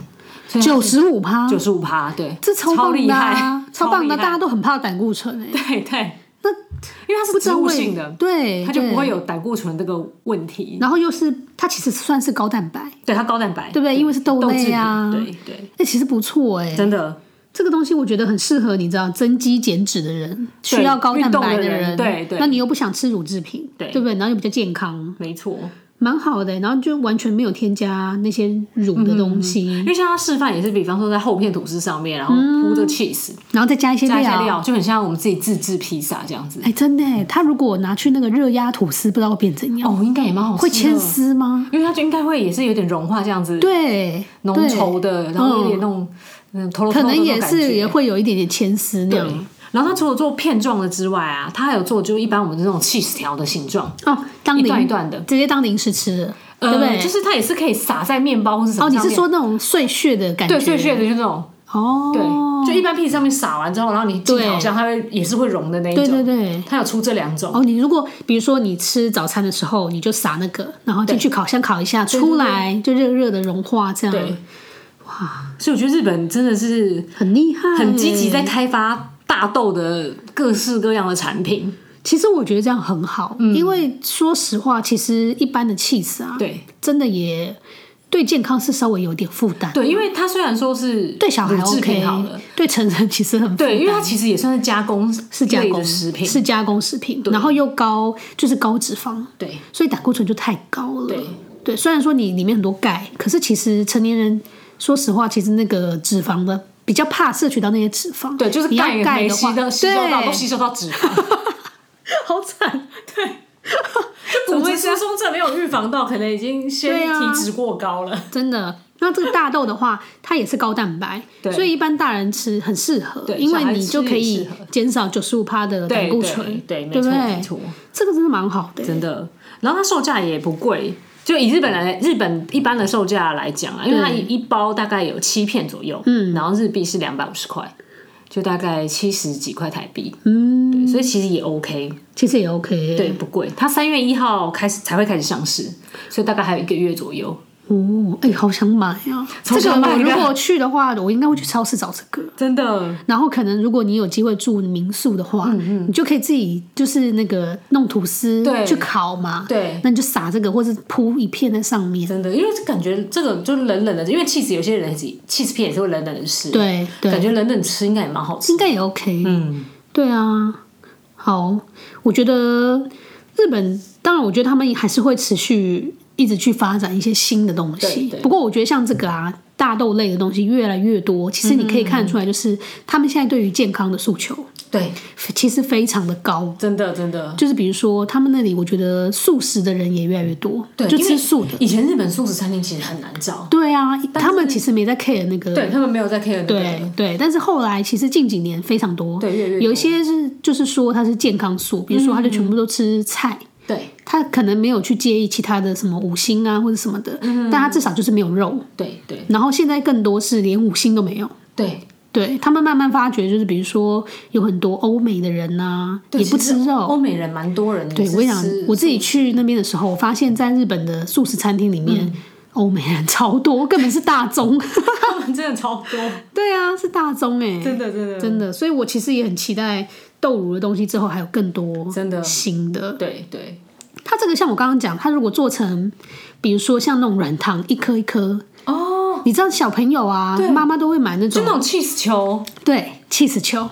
S1: 九十五趴，
S2: 九十五趴，对，
S1: 这超棒
S2: 厉
S1: 的
S2: 害
S1: 啊，，超棒的，
S2: 厉
S1: 大
S2: 害
S1: 家都很怕胆固醇哎，
S2: 对对，
S1: 那
S2: 因为它
S1: 不知
S2: 是植
S1: 道
S2: 物
S1: 为
S2: 性的，
S1: 对，
S2: 它就不会
S1: 对。
S2: 有胆固醇这个问题，
S1: 然后又是它其实算是高蛋白，
S2: 对它高蛋白，
S1: 对不对？因为是豆
S2: 豆制
S1: 类
S2: 品
S1: 啊，
S2: 对对，
S1: 哎，其实不错哎，
S2: 真的
S1: 这个东西我觉得很适合你知道增肌减脂的人，
S2: 对
S1: 需要高蛋白
S2: 运动的
S1: 人，
S2: 人对对
S1: 那你又不想吃乳制品，
S2: 对
S1: 对不对？然后又比较健康，
S2: 没错。
S1: 蛮好的。欸然后就完全没有添加那些
S2: 嗯
S1: 乳的东西，
S2: 因为像它示范也是，比方说在厚片吐司上面，然后铺着 cheese，
S1: 然后再加一些
S2: 加一些
S1: 嗯料。
S2: 料，就很像我们自己自制披萨这样子。
S1: 哎，真的耶，它如果拿去那个热压吐司，不知道会变怎样，
S2: 哦，应该也蛮好吃的，
S1: 会牵丝吗？
S2: 因为它就应该会也是有点融化这样子，
S1: 对，
S2: 浓
S1: 对
S2: 稠，的，然后有点那种嗯，头
S1: 可能也是也会有一点点牵丝那
S2: 对
S1: 样。。
S2: 然后它除了做片状的之外啊，它还有做就一般我们这种 cheese 条的形状，
S1: 哦，当
S2: 一
S1: 零
S2: 段一段的，
S1: 直接当零食吃了，对不
S2: 呃，
S1: 对？
S2: 就是它也是可以撒在面包或是什么
S1: 哦，你
S2: 上面。
S1: 是说那种碎屑的感觉？
S2: 对碎屑的，就那种
S1: 哦，
S2: 对，就一般披萨上面撒完之后，然后你进
S1: 对
S2: 烤箱，它会也是会融的那一种。
S1: 对对对。
S2: 它有出这两种。
S1: 哦，你如果比如说你吃早餐的时候，你就撒那个，然后进去烤箱烤一下，
S2: 对对
S1: 出来就热热的融化，这
S2: 对
S1: 样，哇，
S2: 所以我觉得日本真的是
S1: 很厉害，
S2: 很积极在开发大豆的各式各样的产品。
S1: 其实我觉得这样很好，因为说实话，其实一般的 cheese 啊，
S2: 嗯对
S1: 真的也对健康是稍微有点负担。
S2: 对，因为它虽然说是
S1: 对小孩
S2: 乳制
S1: OK，
S2: 品好了，
S1: 对成人其实很负担
S2: 对，因为它其实也算是加工
S1: 是加
S2: 类
S1: 工
S2: 的食品，
S1: 是加工食品，然后又高就是高脂肪，
S2: 对
S1: 所以胆固醇就太高了。
S2: 对
S1: 虽然说你里面很多钙，可是其实成年人说实话，其实那个脂肪的比较怕摄取到那些脂肪。
S2: 对，就是
S1: 你
S2: 钙
S1: 要
S2: 也
S1: 钙
S2: 没
S1: 的话，
S2: 吸到，吸收到都吸
S1: 对，
S2: 收到脂肪，
S1: 好惨。
S2: 骨质疏松症没有预防到，可能已经
S1: 对
S2: 先
S1: 啊
S2: 体脂过高了。
S1: 真的。那这个大豆的话，它也是高蛋白，
S2: 对
S1: 所以一般大人吃很适合，
S2: 对
S1: 因为
S2: 小孩
S1: 你
S2: 吃
S1: 就可
S2: 也
S1: 以
S2: 适合
S1: 减少九十五帕的胆
S2: 对
S1: 固醇，
S2: 对，对没
S1: 对不
S2: 错
S1: 对
S2: 没错，
S1: 这个真的蛮好的。
S2: 真的。然后它售价也不贵，就以日本来日本一般的售价来讲啊，因为它一一包大概有七片左右，嗯，然后日币是两百五十块，就大概七十几块台币，
S1: 嗯，
S2: 对，所以其实也 OK，
S1: 其实也 OK。
S2: 对，，不贵。它三月一号开始才会开始上市，所以大概还有一个月左右。
S1: 哦，哎、好想买啊！这
S2: 超
S1: 个
S2: 想买
S1: 我
S2: 的
S1: 如果去的话，我应该会去超市找这个。
S2: 真的，
S1: 然后可能如果你有机会住民宿的话，
S2: 嗯
S1: 你就可以自己就是那个弄吐司
S2: 对
S1: 去烤嘛，
S2: 对，
S1: 那你就撒这个或是铺一片在上面，
S2: 真的，因为感觉这个就冷冷的，因为 cheese 有些人 cheese 片也是会冷冷的吃，，
S1: 对
S2: 感
S1: 对，
S2: 觉冷冷吃应该也蛮好吃。
S1: 应该也 OK，、
S2: 嗯，
S1: 对啊，好，我觉得日本当然，我觉得他们还是会持续一直去发展一些新的东西
S2: 对对。
S1: 不过我觉得像这个啊。大豆类的东西越来越多，其实你可以看得出来，就是他们现在对于健康的诉求
S2: 对，
S1: 其实非常的高。
S2: 真的真的。
S1: 就是比如说他们那里，我觉得素食的人也越来越多，
S2: 对，
S1: 就
S2: 因为
S1: 吃素的。
S2: 以前日本素食餐厅其实很难找，
S1: 对啊，他们其实没在 care 那个，
S2: 对他们没有在 care 那个
S1: 对对但是后来其实近几年非常多，
S2: 对越来越
S1: 有一些是就是说他是健康素，比如说他就全部都吃菜，
S2: 对
S1: 他可能没有去介意其他的什么五星啊或者什么的，
S2: 嗯
S1: 但他至少就是没有肉。
S2: 对对
S1: 然后现在更多是连五星都没有。
S2: 对，
S1: 对他们慢慢发觉，就是比如说有很多欧美的人呐、
S2: 对
S1: 也不
S2: 其
S1: 吃
S2: 实
S1: 肉，
S2: 欧美人蛮多人
S1: 对，我跟你讲，我自
S2: 己
S1: 己去那边的时候，我发现在日本的素食餐厅里
S2: 嗯
S1: 面，欧、美人超多，根本是大 宗。
S2: 他们真的超多，
S1: 对啊，是大宗哎、
S2: 真的真 的
S1: 真的。所以我其实也很期待豆乳的东西之后还有更多
S2: 真的
S1: 新的。
S2: 对对
S1: 它这个像我刚刚讲，它如果做成，比如说像那种软糖一颗一颗，
S2: 哦，
S1: 你知道小朋友啊，妈妈都会买那
S2: 就
S1: 种
S2: 那种 cheese 球，
S1: 对气死球。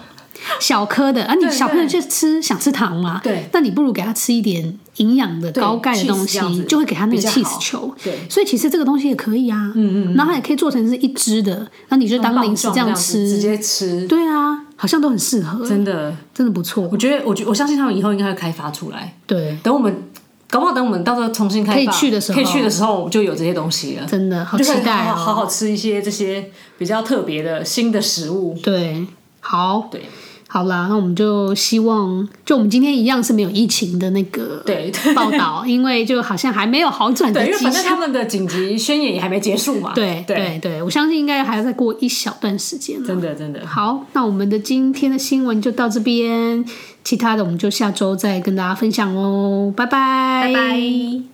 S1: 小颗的，啊，你
S2: 对
S1: 小朋友就吃想吃糖嘛，
S2: 对，
S1: 那你不如给他吃一点营养的
S2: 对
S1: 高钙的
S2: cheese
S1: 东
S2: 这样
S1: 西，
S2: 子
S1: 就会给他那个
S2: 比较
S1: cheese
S2: 好
S1: 球，
S2: 对
S1: 所以其实这个东西也可以啊，嗯嗯，然后它也可以做成是一支的，那你就当零食
S2: 棒状这
S1: 样
S2: 样子直
S1: 吃，
S2: 接吃，
S1: 对啊，好像都很适合，
S2: 真的，
S1: 真的不错
S2: 我，觉得我觉我相信他们以后应该会开发出来，
S1: 对，
S2: 等我们。搞不好等我们到时候重新开发，
S1: 可以去的时候
S2: 可以去的时候就有这些东西了，
S1: 真的好
S2: 就
S1: 期
S2: 可以
S1: 待
S2: 好好好
S1: 哦，
S2: 好吃一些这些比较特别的新的食物。
S1: 对，好，
S2: 对
S1: 好啦，那我们就希望，就我们今天一样是没有疫情的那个
S2: 对对
S1: 报道，因为就好像还没有好转的
S2: 对，因为
S1: 迹
S2: 反正
S1: 象。
S2: 他们的紧急宣言也还没结束嘛。
S1: 对
S2: 对，
S1: 对对，我相信应该还要再过一小段时间了。
S2: 真的真的，
S1: 好，那我们的今天的新闻就到这边，其他的我们就下周再跟大家分享哦，拜拜，
S2: 拜拜。